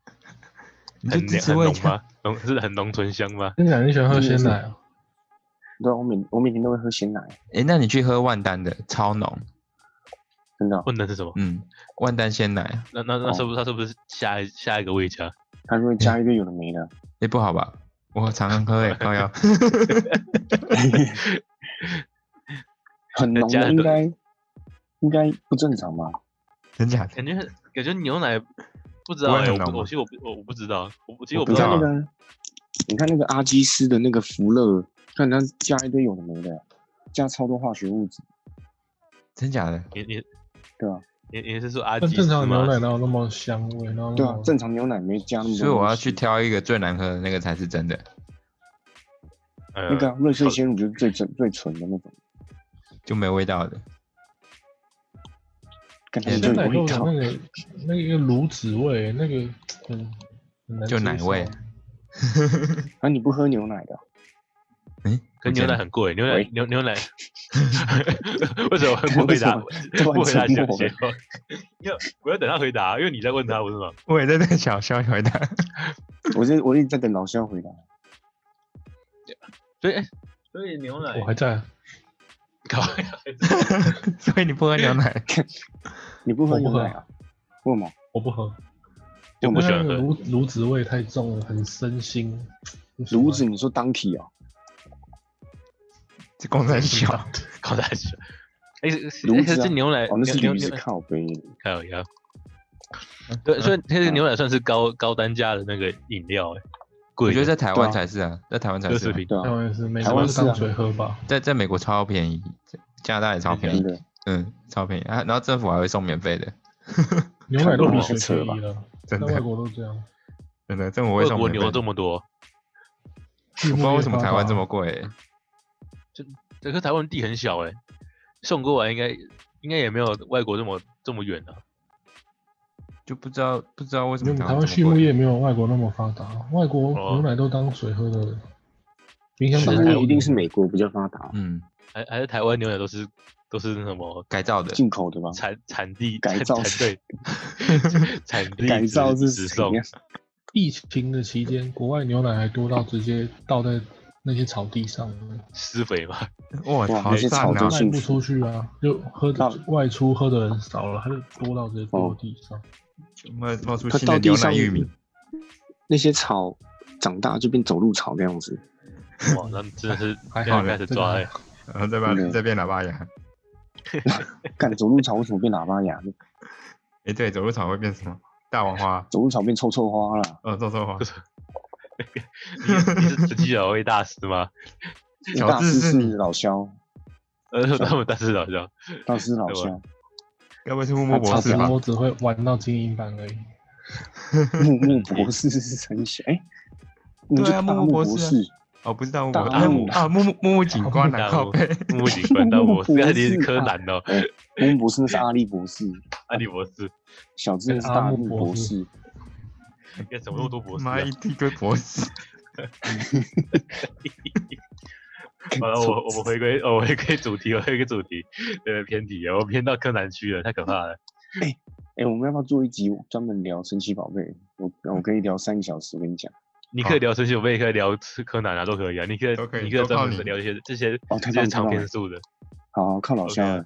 Speaker 4: 你就
Speaker 1: 很
Speaker 4: 只
Speaker 1: 浓
Speaker 4: 吃
Speaker 1: 很
Speaker 4: 味
Speaker 1: 浓
Speaker 4: 加，
Speaker 1: 吗？浓是很浓醇香吗？
Speaker 2: 跟你讲，你喜欢喝鲜奶啊？
Speaker 3: 对啊，我每我每天都会喝鲜奶，
Speaker 4: 哎，那你去喝万丹的超浓，
Speaker 3: 真的哦、
Speaker 1: 混的是什么？
Speaker 4: 嗯，万丹鲜奶
Speaker 1: 那那那是不是它是不是下一下一个味加？
Speaker 3: 它就会加一堆有的没的。
Speaker 4: 也不好吧？我常常喝哎，高瑶，
Speaker 3: 很浓
Speaker 1: 加
Speaker 3: 的
Speaker 1: 很
Speaker 3: 应
Speaker 1: 多
Speaker 3: 该应该不正常吧？
Speaker 4: 真假的？
Speaker 1: 感觉感觉牛奶不知道
Speaker 4: 不会
Speaker 1: 哎、
Speaker 4: 很
Speaker 1: 我
Speaker 4: 浓
Speaker 1: 不我
Speaker 4: 吗
Speaker 1: 其实我不我我不知道，我我其实我
Speaker 4: 我
Speaker 1: 不
Speaker 4: 不
Speaker 1: 知
Speaker 4: 知
Speaker 1: 道
Speaker 4: 道
Speaker 3: 那
Speaker 1: 啊
Speaker 4: 啊
Speaker 3: 个，你看那个阿基斯的那个福乐，看它加一堆有的没的，加超多化学物质。
Speaker 4: 真假的？
Speaker 1: 你你
Speaker 3: 对啊，
Speaker 1: 你你是说阿
Speaker 2: 但
Speaker 1: 基
Speaker 2: 正
Speaker 1: 斯
Speaker 2: 常牛奶
Speaker 1: 吗？
Speaker 2: 哪有那么香味？然后
Speaker 3: 对啊，正常牛奶没加那么多。
Speaker 4: 所以我要去。挑一个最难喝的那个才是真的。
Speaker 1: 呃
Speaker 3: 那个啊瑞穗鲜乳就是最纯最纯的那种，
Speaker 4: 就没味道的。
Speaker 3: 感觉
Speaker 4: 对
Speaker 3: 就有
Speaker 2: 鲜奶
Speaker 3: 味
Speaker 2: 肉的
Speaker 3: 道啊
Speaker 2: 那。个那个卤子味，那个嗯，很难
Speaker 4: 就奶
Speaker 2: 接受
Speaker 4: 味
Speaker 3: 啊，你不喝牛奶的啊？
Speaker 4: 哎，
Speaker 1: 可牛奶很贵，牛奶
Speaker 3: 喂
Speaker 1: 牛牛奶，为什么不
Speaker 3: 为
Speaker 1: 回
Speaker 3: 什
Speaker 1: 答
Speaker 3: 么
Speaker 1: 我？不回
Speaker 3: 突然
Speaker 1: 答
Speaker 3: 沉
Speaker 1: 小
Speaker 3: 默
Speaker 1: 杰
Speaker 3: 了？
Speaker 1: 因为我要等他回答，因为你在问他，不是吗？
Speaker 4: 我也在那小肖回答。
Speaker 3: 我是我一直在等老肖回答。
Speaker 1: 所以，哎所以牛奶
Speaker 2: 我还在，
Speaker 1: 靠，
Speaker 4: 所以你不喝牛奶，
Speaker 3: 你不喝
Speaker 2: 我不
Speaker 3: 牛
Speaker 2: 喝
Speaker 3: 奶啊？为什么？
Speaker 2: 我不喝，
Speaker 1: 就不喜欢
Speaker 2: 那个
Speaker 1: 喝。
Speaker 2: 卤卤子味太重了，很身心。不喜欢
Speaker 3: 炉子，你说当体啊？
Speaker 4: 这工程小。
Speaker 1: 靠大学，哎，是
Speaker 3: 炉
Speaker 1: 哎
Speaker 3: 子啊
Speaker 1: 可是牛奶
Speaker 3: 哦，那是
Speaker 1: 牛
Speaker 3: 驴
Speaker 1: 牛
Speaker 3: 子
Speaker 1: 牛
Speaker 3: 靠背。
Speaker 1: 靠呀。对，所以这个牛奶算是高高单价的那个饮料，哎，
Speaker 4: 我
Speaker 1: 贵
Speaker 4: 觉得
Speaker 1: 的，
Speaker 4: 在台湾才是啊，在台湾才
Speaker 1: 奢
Speaker 4: 是
Speaker 1: 侈
Speaker 4: 啊，
Speaker 1: 品。
Speaker 3: 对
Speaker 2: 台
Speaker 3: 啊，
Speaker 2: 湾也是，美
Speaker 3: 台湾
Speaker 2: 国
Speaker 3: 是啊
Speaker 2: 当水喝吧。
Speaker 4: 在在美国超便宜，加拿大也超便
Speaker 3: 真
Speaker 4: 宜，
Speaker 3: 的。
Speaker 4: 嗯，超便宜啊。然后政府还会送免费的，
Speaker 2: 牛奶都
Speaker 1: 看
Speaker 2: 比
Speaker 1: 过
Speaker 2: 水
Speaker 3: 车吧
Speaker 2: 便宜了，在
Speaker 4: 真
Speaker 2: 外
Speaker 4: 的
Speaker 2: 国都这样。
Speaker 4: 真的，政府会
Speaker 1: 外
Speaker 4: 送
Speaker 1: 国
Speaker 4: 免
Speaker 1: 牛
Speaker 4: 费的。
Speaker 1: 这么多，
Speaker 4: 我
Speaker 2: 我
Speaker 4: 不知道为什么台湾这么贵欸，
Speaker 1: 可是台湾地很小，哎，送过来应该应该也没有外国这么这么远啊。
Speaker 4: 就不知道不知道为什
Speaker 2: 没
Speaker 4: 么
Speaker 2: 有台
Speaker 4: 台
Speaker 2: 湾
Speaker 4: 湾
Speaker 2: 畜
Speaker 4: 这
Speaker 2: 牧
Speaker 4: 么
Speaker 2: 业
Speaker 4: 贵。
Speaker 2: 没有外国那么发达，外国
Speaker 1: 哦
Speaker 2: 牛奶都当水喝的，冰箱
Speaker 3: 畜
Speaker 2: 打
Speaker 1: 是
Speaker 2: 开
Speaker 3: 牧
Speaker 1: 台
Speaker 3: 业一定是美国比较发达，
Speaker 4: 嗯，
Speaker 1: 还还是台湾牛奶都是都是那什么
Speaker 4: 改造的，
Speaker 3: 进口的吧？
Speaker 1: 产产地
Speaker 3: 啊改
Speaker 1: 产
Speaker 3: 造
Speaker 1: 产
Speaker 3: 是
Speaker 1: 对产地
Speaker 3: 改
Speaker 1: 直
Speaker 3: 造是啊
Speaker 1: 直
Speaker 3: 什
Speaker 1: 送
Speaker 3: 么样？
Speaker 2: 疫情的期间，国外牛奶还多到直接倒在那些草地上
Speaker 3: 啊
Speaker 2: 了，
Speaker 1: 施肥嘛，
Speaker 4: 哇，
Speaker 3: 哇
Speaker 4: 好
Speaker 3: 那些
Speaker 4: 赞
Speaker 3: 草
Speaker 4: 啊
Speaker 3: 都！
Speaker 2: 卖
Speaker 3: 幸
Speaker 2: 不
Speaker 3: 福
Speaker 2: 出去啊，就喝的
Speaker 3: 那
Speaker 2: 外出喝的人少了，它就多到直接倒
Speaker 3: 哦
Speaker 2: 地上。
Speaker 4: 冒冒出
Speaker 3: 它
Speaker 4: 新
Speaker 3: 到
Speaker 4: 的
Speaker 3: 地
Speaker 4: 牛奶
Speaker 3: 上
Speaker 4: 玉米，
Speaker 3: 那些草长大就变走路草这样子，
Speaker 1: 哇，那真的是
Speaker 2: 还
Speaker 1: 要
Speaker 4: 好嘞
Speaker 1: 开始
Speaker 2: 这个
Speaker 1: 抓
Speaker 2: 还
Speaker 1: 哎、
Speaker 4: 然后再把
Speaker 3: 嗯
Speaker 4: 再变喇叭牙。
Speaker 3: 干走路草为什么变喇叭牙？
Speaker 4: 哎，对，走路草会变什么？大王花，
Speaker 3: 走路草变臭臭花了，
Speaker 4: 哦，皱皱 花，
Speaker 1: 你你是慈禧老味大师吗？
Speaker 4: 小
Speaker 3: 大
Speaker 4: 智
Speaker 3: 师
Speaker 4: 是
Speaker 3: 是
Speaker 4: 你
Speaker 3: 老肖，
Speaker 1: 呃，他们大师老 师，
Speaker 3: 大师老
Speaker 1: 对
Speaker 3: 肖，
Speaker 4: 该不会是木木博
Speaker 2: 草
Speaker 4: 士吧？
Speaker 2: 我只会玩到精英版而已。
Speaker 3: 木木博士是三小，哎，你
Speaker 4: 对
Speaker 3: 是
Speaker 4: 啊
Speaker 3: 大
Speaker 4: 木木
Speaker 3: 木
Speaker 4: 博
Speaker 3: 博
Speaker 4: 士啊哦，不是大木博士
Speaker 3: 大木
Speaker 4: 啊，木木木木警官
Speaker 1: 大木
Speaker 4: 啊，靠背，
Speaker 1: 木木警官到博士，
Speaker 3: 木木博士
Speaker 1: 那你是柯南哦，
Speaker 3: 哎，木木博士那是阿力博士，
Speaker 1: 阿笠博士，
Speaker 3: 小智
Speaker 4: 哎
Speaker 3: 那是大木博士，
Speaker 1: 要怎么那么多博士、啊
Speaker 4: 妈？一一堆 博士，
Speaker 1: 好了，我我们回归，哦我们回归主题，我们回归主题，呃，偏题了，我们偏到柯南去了，太可怕了。
Speaker 3: 哎，我们要不要做一集专门聊神奇宝贝？我我可以聊三个小时，我跟你讲。
Speaker 1: 你可以聊神奇宝贝，也可以聊柯南啊，都可以啊，你可以，
Speaker 4: 都可以
Speaker 1: 你可以
Speaker 4: 都靠
Speaker 1: 专门
Speaker 4: 你
Speaker 1: 聊一些这些
Speaker 3: 哦
Speaker 1: 这些
Speaker 3: 太棒太
Speaker 1: 长
Speaker 3: 棒
Speaker 1: 篇
Speaker 3: 了
Speaker 1: 数的。
Speaker 3: 好，靠老肖了，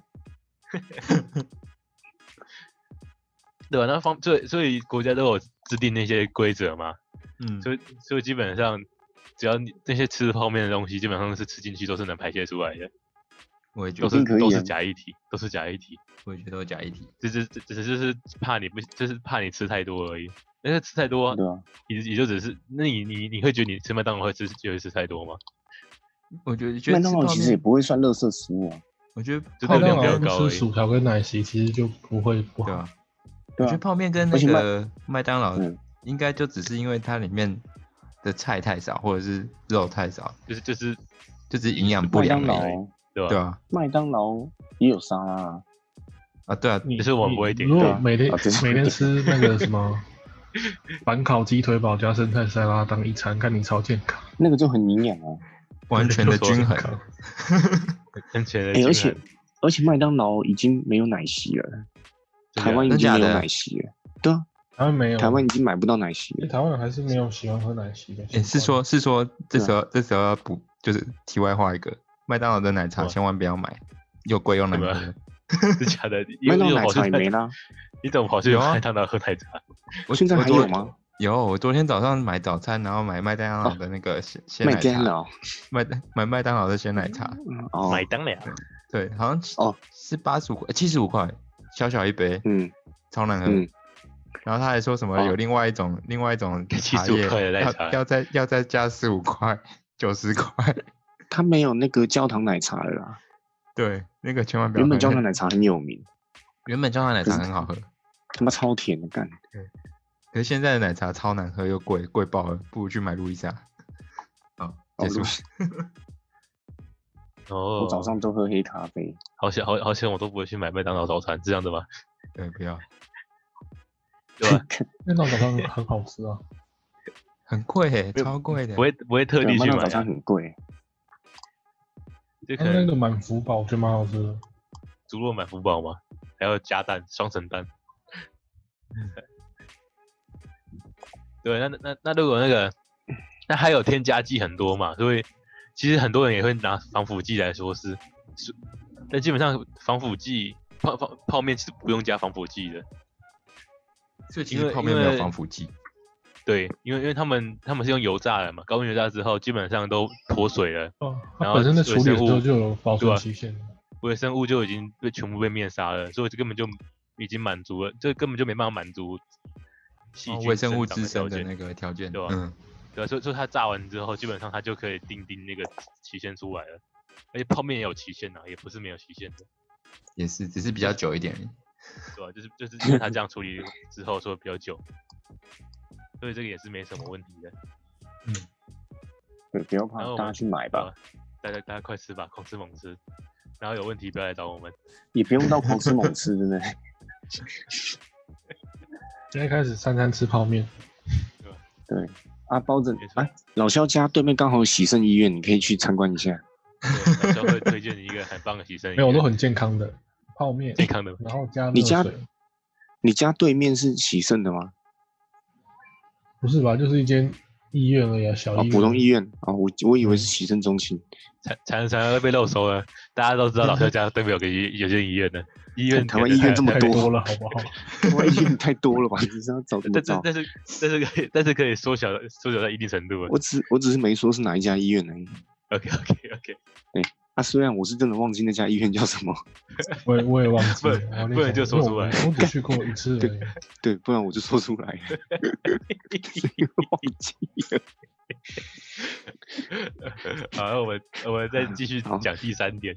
Speaker 1: 对啊吧、那方所以所以国家都有制定那些规则嘛，
Speaker 4: 嗯，
Speaker 1: 所以所以基本上只要你那些吃泡面的东西，基本上是吃进去都是能排泄出来的，
Speaker 4: 我也觉
Speaker 1: 都
Speaker 4: 得
Speaker 1: 是
Speaker 3: 定可以
Speaker 1: 都
Speaker 3: 啊
Speaker 1: 是假液体，都是假液体，
Speaker 4: 我也觉得我假一题，
Speaker 1: 只是只只是就是怕你不就是怕你吃太多而已。但是吃太多、啊，
Speaker 3: 对啊，
Speaker 1: 也也就只是，那你你你会觉得你吃麦当劳会吃觉得吃太多吗？
Speaker 4: 我觉得觉得
Speaker 3: 麦
Speaker 4: 吃
Speaker 3: 当
Speaker 4: 泡
Speaker 3: 劳其实也
Speaker 4: 面，
Speaker 3: 不会算垃圾食物啊，
Speaker 4: 我觉得
Speaker 1: 就
Speaker 4: 泡
Speaker 1: 热
Speaker 4: 面
Speaker 1: 量比较
Speaker 4: 跟
Speaker 1: 高
Speaker 2: 吃
Speaker 1: 而
Speaker 2: 薯
Speaker 1: 已。
Speaker 2: 条跟奶昔其实就不会不
Speaker 4: 对
Speaker 2: 好。
Speaker 4: 啊，我
Speaker 3: 对
Speaker 4: 觉得
Speaker 3: 啊，
Speaker 4: 泡面跟
Speaker 3: 而
Speaker 4: 那
Speaker 3: 且麦
Speaker 4: 个麦当劳
Speaker 3: 嗯
Speaker 4: 应该就只是因为它里面的菜太少，或者是肉太少，
Speaker 1: 就是就是
Speaker 4: 就只是营养不啊
Speaker 3: 麦
Speaker 4: 良
Speaker 3: 当
Speaker 4: 而已，
Speaker 3: 劳
Speaker 1: 对吧？
Speaker 4: 对啊，
Speaker 3: 麦当劳也有沙拉啊，
Speaker 4: 啊对啊，
Speaker 2: 你
Speaker 1: 就是我们不会点
Speaker 2: 你如
Speaker 1: 对
Speaker 2: 果
Speaker 1: 啊
Speaker 2: 每天
Speaker 3: 啊这是
Speaker 2: 每天吃那个什么 板烤鸡腿堡加生菜沙拉当一餐，看你超健康。
Speaker 3: 那个就很营养啊。
Speaker 4: 完全的均 衡，
Speaker 2: 靠
Speaker 1: 安全的
Speaker 3: 哎、
Speaker 1: 精
Speaker 3: 而
Speaker 1: 神，
Speaker 3: 且而且麦当劳已经没有奶昔了，
Speaker 1: 真的
Speaker 3: 台湾已
Speaker 4: 真
Speaker 3: 经
Speaker 4: 假
Speaker 3: 没有
Speaker 4: 的
Speaker 3: 奶昔了。对啊，
Speaker 2: 台湾没有，
Speaker 3: 台湾已经买不到奶昔
Speaker 2: 因为
Speaker 3: 了。
Speaker 2: 台湾人还是没有喜欢喝奶昔的。
Speaker 4: 诶，是说，是说，这
Speaker 3: 对啊
Speaker 4: 时候，这时候要补，就是题外话一个，麦当劳的奶茶
Speaker 1: 哇
Speaker 4: 千万不要买，又贵又难
Speaker 1: 对吧
Speaker 4: 喝。
Speaker 1: 是假 的。你
Speaker 3: 麦当
Speaker 1: 你
Speaker 3: 劳
Speaker 1: 怎么跑去
Speaker 3: 奶茶也没啦，
Speaker 1: 你怎么跑去
Speaker 4: 有啊
Speaker 1: 麦当劳喝奶茶？
Speaker 4: 我
Speaker 3: 现在
Speaker 4: 我
Speaker 3: 还
Speaker 4: 昨
Speaker 3: 有吗？哦
Speaker 4: 有，我昨天早上买早餐，然后买麦当劳的那个鲜鲜
Speaker 3: 麦
Speaker 4: 奶
Speaker 3: 当
Speaker 4: 茶，
Speaker 3: 劳
Speaker 4: 麦买麦当劳的鲜奶茶，
Speaker 3: 哦，
Speaker 1: 麦当劳，
Speaker 4: 对，好像是
Speaker 3: 哦
Speaker 4: 是八十五块，七十五块，小小一杯，
Speaker 3: 嗯
Speaker 4: 超难喝。
Speaker 3: 嗯，
Speaker 4: 然后他还说什么
Speaker 3: 哦
Speaker 4: 有另外一种另外 一种茶
Speaker 1: 75
Speaker 4: 叶
Speaker 1: 块的奶茶
Speaker 4: 要要再要再加十五块， 九十块，
Speaker 3: 它没有那个焦糖奶茶了啦。
Speaker 4: 对，那个千
Speaker 1: 嗯
Speaker 4: 万不要
Speaker 3: 原
Speaker 4: 喝。
Speaker 3: 本焦糖奶茶很有名，
Speaker 4: 原本焦糖奶茶很好喝。
Speaker 3: 他妈超甜的，干
Speaker 4: 可是现在的奶茶超难喝又贵，贵爆了，不如去买路易莎。好，
Speaker 3: 哦
Speaker 4: 结束
Speaker 3: 路。
Speaker 1: 哦，
Speaker 3: 我早上都喝黑咖啡。
Speaker 1: 好险好好险，我都不会去买麦当劳早餐，这样的吗？
Speaker 4: 对，不要，
Speaker 1: 对啊 吧？
Speaker 2: 那种早餐很好吃啊。
Speaker 4: 很贵耶，
Speaker 1: 没有
Speaker 4: 超贵的
Speaker 1: 不。会不会特
Speaker 3: 对
Speaker 1: 地
Speaker 3: 啊麦
Speaker 1: 去
Speaker 3: 当
Speaker 1: 买
Speaker 3: 劳早餐
Speaker 1: 啊，
Speaker 3: 很贵，
Speaker 1: 就可
Speaker 2: 它那
Speaker 1: 能
Speaker 2: 个满福堡我觉得蛮好吃的，
Speaker 1: 猪肉满福堡嘛，还要加蛋双层蛋。对，那那那如果那个，那还有添加剂很多嘛，所以其实很多人也会拿防腐剂来说是，是但基本上防腐剂泡泡泡面是不用加防腐剂的，
Speaker 4: 这其
Speaker 1: 因
Speaker 4: 实
Speaker 1: 为
Speaker 4: 泡面
Speaker 1: 因
Speaker 4: 没有
Speaker 1: 为
Speaker 4: 防腐剂，
Speaker 1: 对，因为因为他们他们是用油炸的嘛，高温油炸之后基本上都脱水了，
Speaker 2: 哦，
Speaker 1: 然
Speaker 2: 它
Speaker 1: 后
Speaker 2: 本身在处理
Speaker 1: 水
Speaker 2: 的时
Speaker 1: 生
Speaker 2: 候
Speaker 1: 物
Speaker 2: 就有保
Speaker 1: 对
Speaker 2: 存
Speaker 1: 啊
Speaker 2: 期限。
Speaker 1: 微生物就已经被全部被灭杀了，所以这根本就已经满足了，这根本就没办法满足细
Speaker 4: 哦
Speaker 1: 菌
Speaker 4: 微生物
Speaker 1: 生
Speaker 4: 滋
Speaker 1: 长
Speaker 4: 生
Speaker 1: 的条件。
Speaker 4: 的那个条件。
Speaker 1: 对啊
Speaker 4: 嗯，
Speaker 1: 对啊，所以所以它炸完之后，基本上它就可以定定那个期限出来了。而且泡面也有期限呐、啊，也不是没有期限的，
Speaker 4: 也是，只是比较久一点而已。
Speaker 1: 对吧、就是就是因为它这样处理之后说比较久，所以这个也是没什么问题的，
Speaker 3: 对，不要怕
Speaker 1: 然后，我
Speaker 3: 大家
Speaker 1: 们
Speaker 3: 去买
Speaker 1: 对吧、
Speaker 3: 吧，
Speaker 1: 大家大家快吃吧，狂吃猛吃，然后有问题不要来找我们。
Speaker 3: 也不用到狂吃猛 吃，真的。
Speaker 2: 现在开始三餐吃泡面，
Speaker 1: 啊
Speaker 3: 对啊，包子
Speaker 1: 没，错
Speaker 3: 哎，老肖家对面刚好有喜盛医院，你可以去参观一下。
Speaker 1: 对，老肖会推荐你一个很棒的牺牲，
Speaker 2: 没有我都很健康的泡面，
Speaker 1: 健康的。
Speaker 2: 然后加热
Speaker 3: 你家
Speaker 2: 水，
Speaker 3: 你家对面是喜盛的吗？
Speaker 2: 不是吧？就是一间医院而已啊，小
Speaker 3: 哦
Speaker 2: 医，院。嗯
Speaker 3: 普通医院哦，我我以为是喜盛中心。
Speaker 1: 才才才会被漏收了。大家都知道老肖家对面有个医有间医院的，医院
Speaker 3: 台湾
Speaker 1: 可能
Speaker 3: 医院
Speaker 1: 还
Speaker 3: 这么
Speaker 2: 太
Speaker 3: 多
Speaker 2: 多了，好不 好？
Speaker 3: 哇，医院太多了吧？你是要找怎么
Speaker 1: 但是
Speaker 3: 找？
Speaker 1: 但是但是可以但是可以缩小缩小到一定程度了。
Speaker 3: 我只我只是没说是哪一家医院而已。
Speaker 1: OK OK OK，
Speaker 3: 啊，虽然我是真的忘记那家医院叫什么，
Speaker 2: 我也我也忘记
Speaker 1: 不
Speaker 2: 了，我那
Speaker 1: 不然
Speaker 2: 时
Speaker 1: 就说
Speaker 2: 候因为
Speaker 1: 出
Speaker 2: 我
Speaker 1: 来
Speaker 2: 我只去过一次而已。
Speaker 3: 对，不然我就说出来 了，忘记了。
Speaker 1: 好，那我们我们再继续
Speaker 3: 好
Speaker 1: 讲第三点，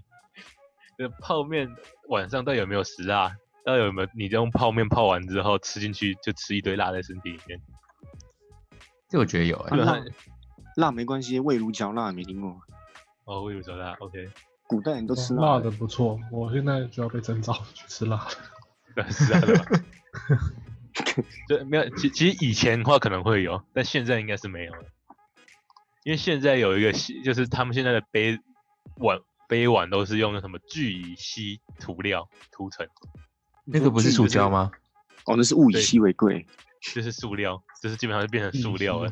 Speaker 1: 那泡面晚上到底有没有食辣？到底有没有你用泡面泡完之后吃进去就吃一堆辣在身体里面？
Speaker 4: 这我觉得有诶
Speaker 1: 基，本
Speaker 3: 啊
Speaker 1: 上
Speaker 3: 辣辣没关系，味如嚼蜡没听过，
Speaker 1: 哦，我有说辣，OK，
Speaker 3: 古代人都吃
Speaker 2: 哦辣
Speaker 3: 辣
Speaker 2: 的
Speaker 3: 的。
Speaker 2: 不错，我现在就要被征召去吃辣。
Speaker 1: 对， 是辣的吧？对，没有，其其实以前的话可能会有，但现在应该是没有了，因为现在有一个西，就是他们现在的杯碗杯碗都是用那什么聚乙烯涂料涂成，
Speaker 4: 那个不是塑胶吗？
Speaker 3: 哦，那是物以
Speaker 1: 对
Speaker 3: 稀为贵。
Speaker 1: 就是塑料，就是基本上就变成塑料了，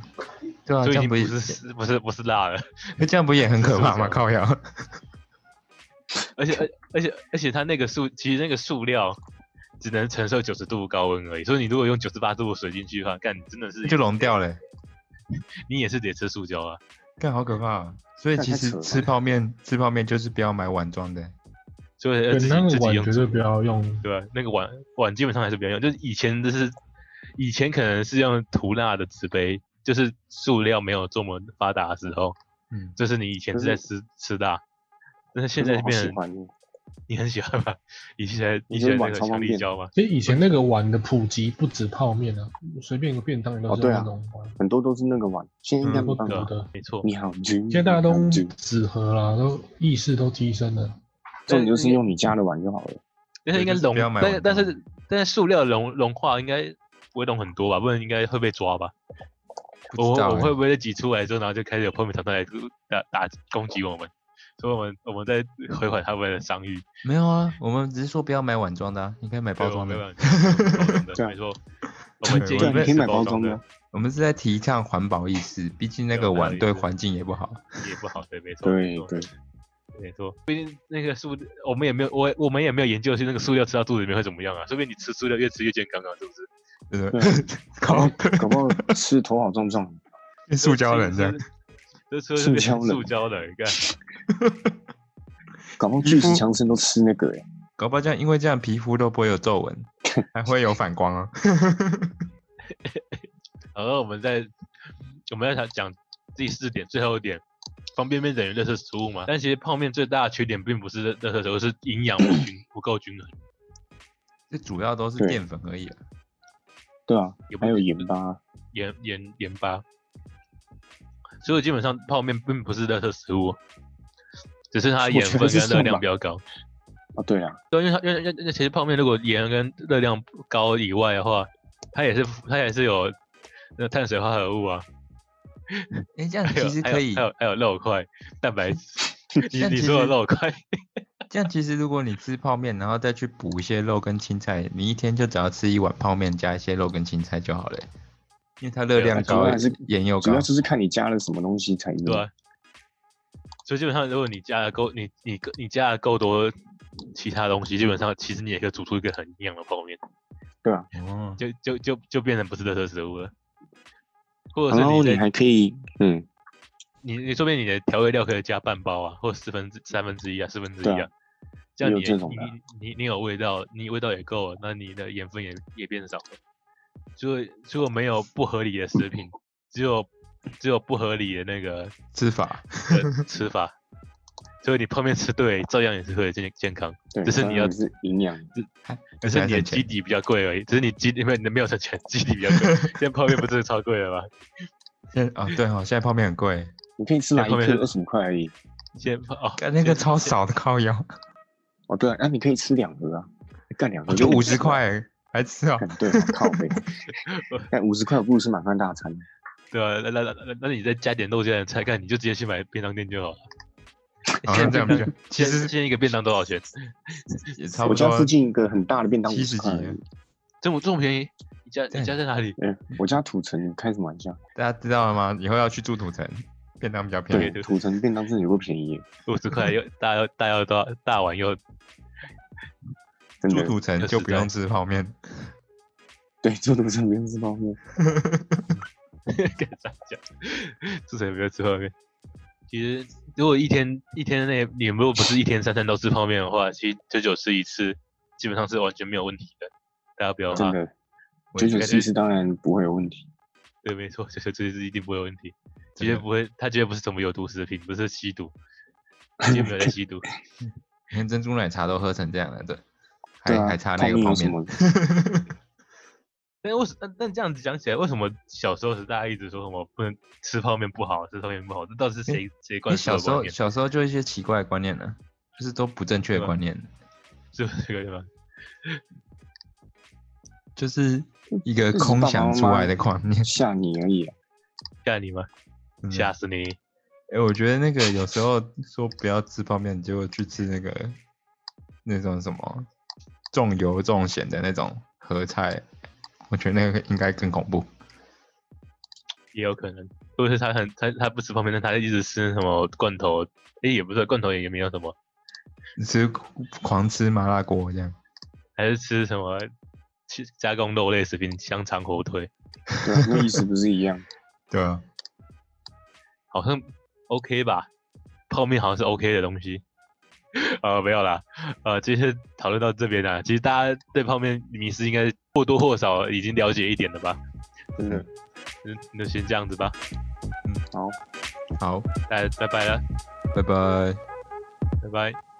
Speaker 4: 对啊，
Speaker 1: 所以
Speaker 4: 这
Speaker 1: 已
Speaker 4: 样
Speaker 1: 经
Speaker 4: 不
Speaker 1: 不
Speaker 4: 也
Speaker 1: 是是不是不是辣了，
Speaker 4: 这样不也很可怕
Speaker 1: 是
Speaker 4: 吗？
Speaker 1: 塑胶
Speaker 4: 靠腰，
Speaker 1: 而且而而且而且它那个塑其实那个塑料。只能承受九十度高温而已，所以你如果用九十八度的水进去的话，干你真的是
Speaker 4: 就融掉了欸，
Speaker 1: 你也是得吃塑胶啊。
Speaker 4: 看好可怕啊。所以
Speaker 3: 干
Speaker 4: 其
Speaker 3: 太
Speaker 4: 实
Speaker 3: 扯了
Speaker 4: 吃泡面，吃泡面就是不要买碗装的。
Speaker 1: 所以要
Speaker 2: 对，
Speaker 1: 自己自
Speaker 2: 那个
Speaker 1: 己
Speaker 2: 碗
Speaker 1: 用
Speaker 2: 绝对不要用，
Speaker 1: 对吧、那个碗碗基本上还是不要用，就是以前就是以前可能是用涂蜡的纸杯，就是塑料没有这么发达的时候，
Speaker 4: 嗯，
Speaker 1: 就是你以前是在吃吃蜡，但是现
Speaker 3: 真
Speaker 1: 在就
Speaker 3: 的好
Speaker 1: 变
Speaker 3: 喜
Speaker 1: 成
Speaker 3: 欢耶，哦
Speaker 1: 你很喜欢吧？以前
Speaker 3: 我
Speaker 1: 以
Speaker 3: 觉
Speaker 1: 前
Speaker 3: 得
Speaker 1: 那
Speaker 3: 碗
Speaker 1: 个
Speaker 3: 超
Speaker 1: 强
Speaker 3: 方
Speaker 1: 力
Speaker 3: 便
Speaker 1: 胶嘛，
Speaker 2: 其实以前那个碗的普及不止泡面啊，随便一个便当也都
Speaker 3: 哦
Speaker 2: 是
Speaker 3: 对
Speaker 2: 用
Speaker 3: 啊
Speaker 2: 那种碗，
Speaker 3: 很多都是那个碗，现在应
Speaker 1: 嗯
Speaker 3: 该没
Speaker 2: 不
Speaker 3: 办
Speaker 2: 得
Speaker 3: 法。
Speaker 2: 的。
Speaker 1: 没错，
Speaker 3: 你好，君。
Speaker 2: 现在大家都
Speaker 3: 你好君
Speaker 2: 纸盒啦，都意识都提升了。
Speaker 3: 重点就是用你家的碗就好了。
Speaker 1: 但是应该
Speaker 4: 对就是
Speaker 1: 融
Speaker 4: 不要，买
Speaker 1: 但
Speaker 4: 碗
Speaker 1: 但
Speaker 4: 装
Speaker 1: 是但是塑料融融化应该不会融很多吧？不然应该会被抓吧？
Speaker 4: 不
Speaker 1: 我
Speaker 4: 知道
Speaker 1: 我
Speaker 4: 欸
Speaker 1: 会不会挤出来之后，然后就开始有泡面厂商来打打攻击我们？所以我们我们在回缓他们的商誉，
Speaker 4: 没有啊，我们只是说不要买碗装的、啊，你可以 买包
Speaker 1: 对我
Speaker 4: 装
Speaker 1: 们
Speaker 4: 的。
Speaker 1: 没
Speaker 3: 对
Speaker 1: 办法
Speaker 3: 啊
Speaker 1: 没错，我们建议
Speaker 4: 对
Speaker 3: 对啊，
Speaker 1: 不要
Speaker 3: 你可以
Speaker 1: 吃
Speaker 3: 买包装
Speaker 1: 的
Speaker 3: 的，，
Speaker 4: 我们是在提倡环保意识，毕竟那
Speaker 1: 对
Speaker 4: 个
Speaker 1: 我们
Speaker 4: 碗
Speaker 1: 有
Speaker 4: 对
Speaker 1: 意识
Speaker 4: 环境也不好。
Speaker 1: 也不好，对，没错，没
Speaker 3: 对
Speaker 1: 错
Speaker 3: 对，
Speaker 1: 没错。毕竟那个塑，我们也没有我我们也没有研究是那个塑料吃到肚子里面会怎么样啊？说不定你吃塑料越吃越健康啊，是不是？
Speaker 4: 真的
Speaker 3: 对，
Speaker 4: 靠，
Speaker 3: 搞不好吃头好重重。
Speaker 4: 变塑胶人这样
Speaker 1: 样，，这车
Speaker 3: 塑胶人
Speaker 1: 塑胶人，干
Speaker 3: 搞不好巨石强森都吃那个哎，
Speaker 4: 搞不好这样，因为这样皮肤都不会有皱 纹，还会有反光啊。
Speaker 1: 然后我们在我们要想讲第四点，最后一点，方便面等于热食食物嘛？但其实泡面最大的缺点并不是热热食食物，是营养不均不够均衡，
Speaker 4: 这主要都是
Speaker 3: 对
Speaker 4: 淀粉而已啦。啊
Speaker 3: 对啊，
Speaker 1: 也不
Speaker 3: 还有盐巴，
Speaker 1: 盐盐盐巴。所以基本上泡面并不是热食食物，只是它
Speaker 3: 我
Speaker 1: 盐
Speaker 3: 觉得
Speaker 1: 分
Speaker 3: 是
Speaker 1: 跟热
Speaker 3: 算
Speaker 1: 量
Speaker 3: 吧
Speaker 1: 比较高。
Speaker 3: 啊，对啊，，
Speaker 1: 对，因为它因为因为因为其实泡面如果盐跟热量高以外的话，它也是它也是有那个碳水化合物啊。
Speaker 4: 哎、这样
Speaker 1: 还有
Speaker 4: 其实
Speaker 1: 还
Speaker 4: 可
Speaker 1: 有
Speaker 4: 以
Speaker 1: 还，有还有肉块、蛋 白质你
Speaker 4: 但
Speaker 1: 你
Speaker 4: 其
Speaker 1: 说的
Speaker 4: 实
Speaker 1: 肉块，
Speaker 4: 这样其实如果你吃泡面，然后再去补一些肉跟青菜，你一天就只要吃一碗泡面加一些肉跟青菜就好了欸，因为它热
Speaker 1: 对啊
Speaker 4: 量
Speaker 3: 主要
Speaker 4: 高
Speaker 3: 还是，
Speaker 4: 盐又
Speaker 3: 主
Speaker 4: 高
Speaker 3: 要。就是看你加了什么东西才有。
Speaker 4: 嗯
Speaker 1: 对吧、啊所以基本上，如果你加了够，你你你加了够多其他东西，基本上其实你也可以煮出一个很营养的泡面，
Speaker 4: 哦，
Speaker 1: 就就就就变成不是垃圾食物了。或者
Speaker 3: 然
Speaker 1: 是
Speaker 3: 后
Speaker 1: 你
Speaker 3: 你
Speaker 1: 在
Speaker 3: 还可以，嗯，
Speaker 1: 你你说不定你的调味料可以加半包啊，或四分之三分之一啊，四分之一
Speaker 3: 对
Speaker 1: 啊
Speaker 3: 啊，
Speaker 1: 这样
Speaker 3: 也有
Speaker 1: 你
Speaker 3: 这
Speaker 1: 也
Speaker 3: 种
Speaker 1: 你
Speaker 3: 的啊
Speaker 1: 你你有味道，你味道也够了，那你的盐分也也变少了。所以如果没有不合理的食品，只有只有不合理的那个
Speaker 4: 吃法
Speaker 1: 的吃法，所以你泡面吃对，照样也是会健健康，
Speaker 3: 对，
Speaker 1: 只是你要
Speaker 3: 当然是营养，
Speaker 4: 还，
Speaker 1: 只是
Speaker 4: 而且还
Speaker 1: 你的
Speaker 4: 省
Speaker 1: 基
Speaker 4: 钱。
Speaker 1: 底比较贵而已，只是你基底没有没有成钱，基底比较 贵。现在泡面不是超贵了吗？
Speaker 4: 现在哦，对哦，现在泡面很贵，
Speaker 3: 你可以吃哪一
Speaker 1: 后面是
Speaker 3: 颗二十五块而已。
Speaker 1: 现在泡哦，
Speaker 4: 干那
Speaker 1: 现
Speaker 4: 个超少的靠 腰，
Speaker 3: 哦，对啊，那你可以吃两盒啊，干两
Speaker 1: 哦
Speaker 3: 盒
Speaker 4: 就五十
Speaker 3: 50了。
Speaker 4: 块而已还吃哦
Speaker 3: 干。对啊，靠 背，但五十块不如吃满汉大餐。
Speaker 1: 对啊，那那那那那你再加点肉酱的菜，看你就直接去买便当店就 好了。
Speaker 4: 好像这样 不行，
Speaker 1: 其
Speaker 4: 其
Speaker 1: 实
Speaker 4: 实
Speaker 1: 现在一个便当多少钱？
Speaker 4: 也差
Speaker 3: 我
Speaker 4: 不
Speaker 3: 家
Speaker 4: 多。
Speaker 3: 附近一个很大的便当五
Speaker 4: 七十
Speaker 3: 十
Speaker 4: 几
Speaker 3: 块而
Speaker 4: 了
Speaker 3: 已。。
Speaker 1: 这么这么便宜？你家你
Speaker 4: 对
Speaker 1: 家在哪里？
Speaker 3: 哎，我家土城，你开什么玩笑？
Speaker 4: 大家知道了吗？以后要去住土城，便当比较便
Speaker 3: 对
Speaker 4: 宜。
Speaker 1: 对，
Speaker 3: 土城便当真的有够便宜耶，
Speaker 1: 五十块又大又大又大大碗又
Speaker 3: 真
Speaker 4: 住
Speaker 3: 的。
Speaker 4: 土城就不用吃泡面，
Speaker 3: 对，住土城不用吃泡面。
Speaker 1: 跟大家吃水不要吃泡面。其实如果一天一天内你如果不是一天三餐都吃泡面的话，其实久久吃一次基本上是完全没有问题的。大家不要
Speaker 3: 真
Speaker 1: 怕，
Speaker 3: 的，
Speaker 4: 我
Speaker 3: 九
Speaker 4: 觉
Speaker 3: 九
Speaker 4: 得
Speaker 3: 四是当然不会有问题。
Speaker 1: 对，没错，久久吃一次一定不会有问题，绝
Speaker 4: 真
Speaker 1: 对
Speaker 4: 的
Speaker 1: 不会，他绝对不是什么有毒食品，不是吸毒，绝对没有在吸毒。
Speaker 4: 连珍珠奶茶都喝成这样了，对，
Speaker 3: 对
Speaker 4: 还
Speaker 3: 啊
Speaker 4: 还，差
Speaker 3: 泡
Speaker 4: 那个
Speaker 3: 面
Speaker 4: 泡
Speaker 3: 有什
Speaker 4: 面。
Speaker 3: 么？
Speaker 1: 但为什但但这样子讲起来，为什么小时候时大家一直说什么不能吃泡面不好，吃泡面不好？这到底是谁谁
Speaker 4: 因为
Speaker 1: 灌输
Speaker 4: 小
Speaker 1: 的
Speaker 4: 时
Speaker 1: 观
Speaker 4: 候
Speaker 1: 念？
Speaker 4: 小时候就一些奇怪的观念呢，就是都不正确的观
Speaker 1: 啊
Speaker 4: 念，
Speaker 1: 是不是这个地方？
Speaker 4: 就是一个
Speaker 3: 这是
Speaker 4: 空
Speaker 3: 爸爸
Speaker 4: 想
Speaker 3: 妈
Speaker 4: 出
Speaker 3: 妈
Speaker 4: 来的观念。
Speaker 3: 吓你而已啊。
Speaker 1: 吓你吗？
Speaker 4: 嗯
Speaker 1: 吓死你！
Speaker 4: 哎、我觉得那个有时候说不要吃泡面，结果去吃那个那种什么重油重咸的那种合菜，我觉得那个应该更恐怖。
Speaker 1: 也有可能，或者是他很他他不吃泡面，但他一直吃什么罐头？诶、也不是罐头，也没有什么，
Speaker 4: 你吃狂吃麻辣锅这样，
Speaker 1: 还是吃什么去加工肉类食品，香肠、火腿，
Speaker 3: 对啊，那意思不是 一样？
Speaker 4: 对啊，
Speaker 1: 好像 OK 吧？泡面好像是 OK 的东西， 呃，没有啦，呃，今天讨论到这边啦、其实大家对泡面迷思应该或多或少已经了解一点了吧？
Speaker 3: 真的
Speaker 1: 嗯，那先这样子吧，
Speaker 3: 好。
Speaker 4: 好，
Speaker 1: 大家拜拜了，
Speaker 4: 拜拜。
Speaker 1: 拜拜。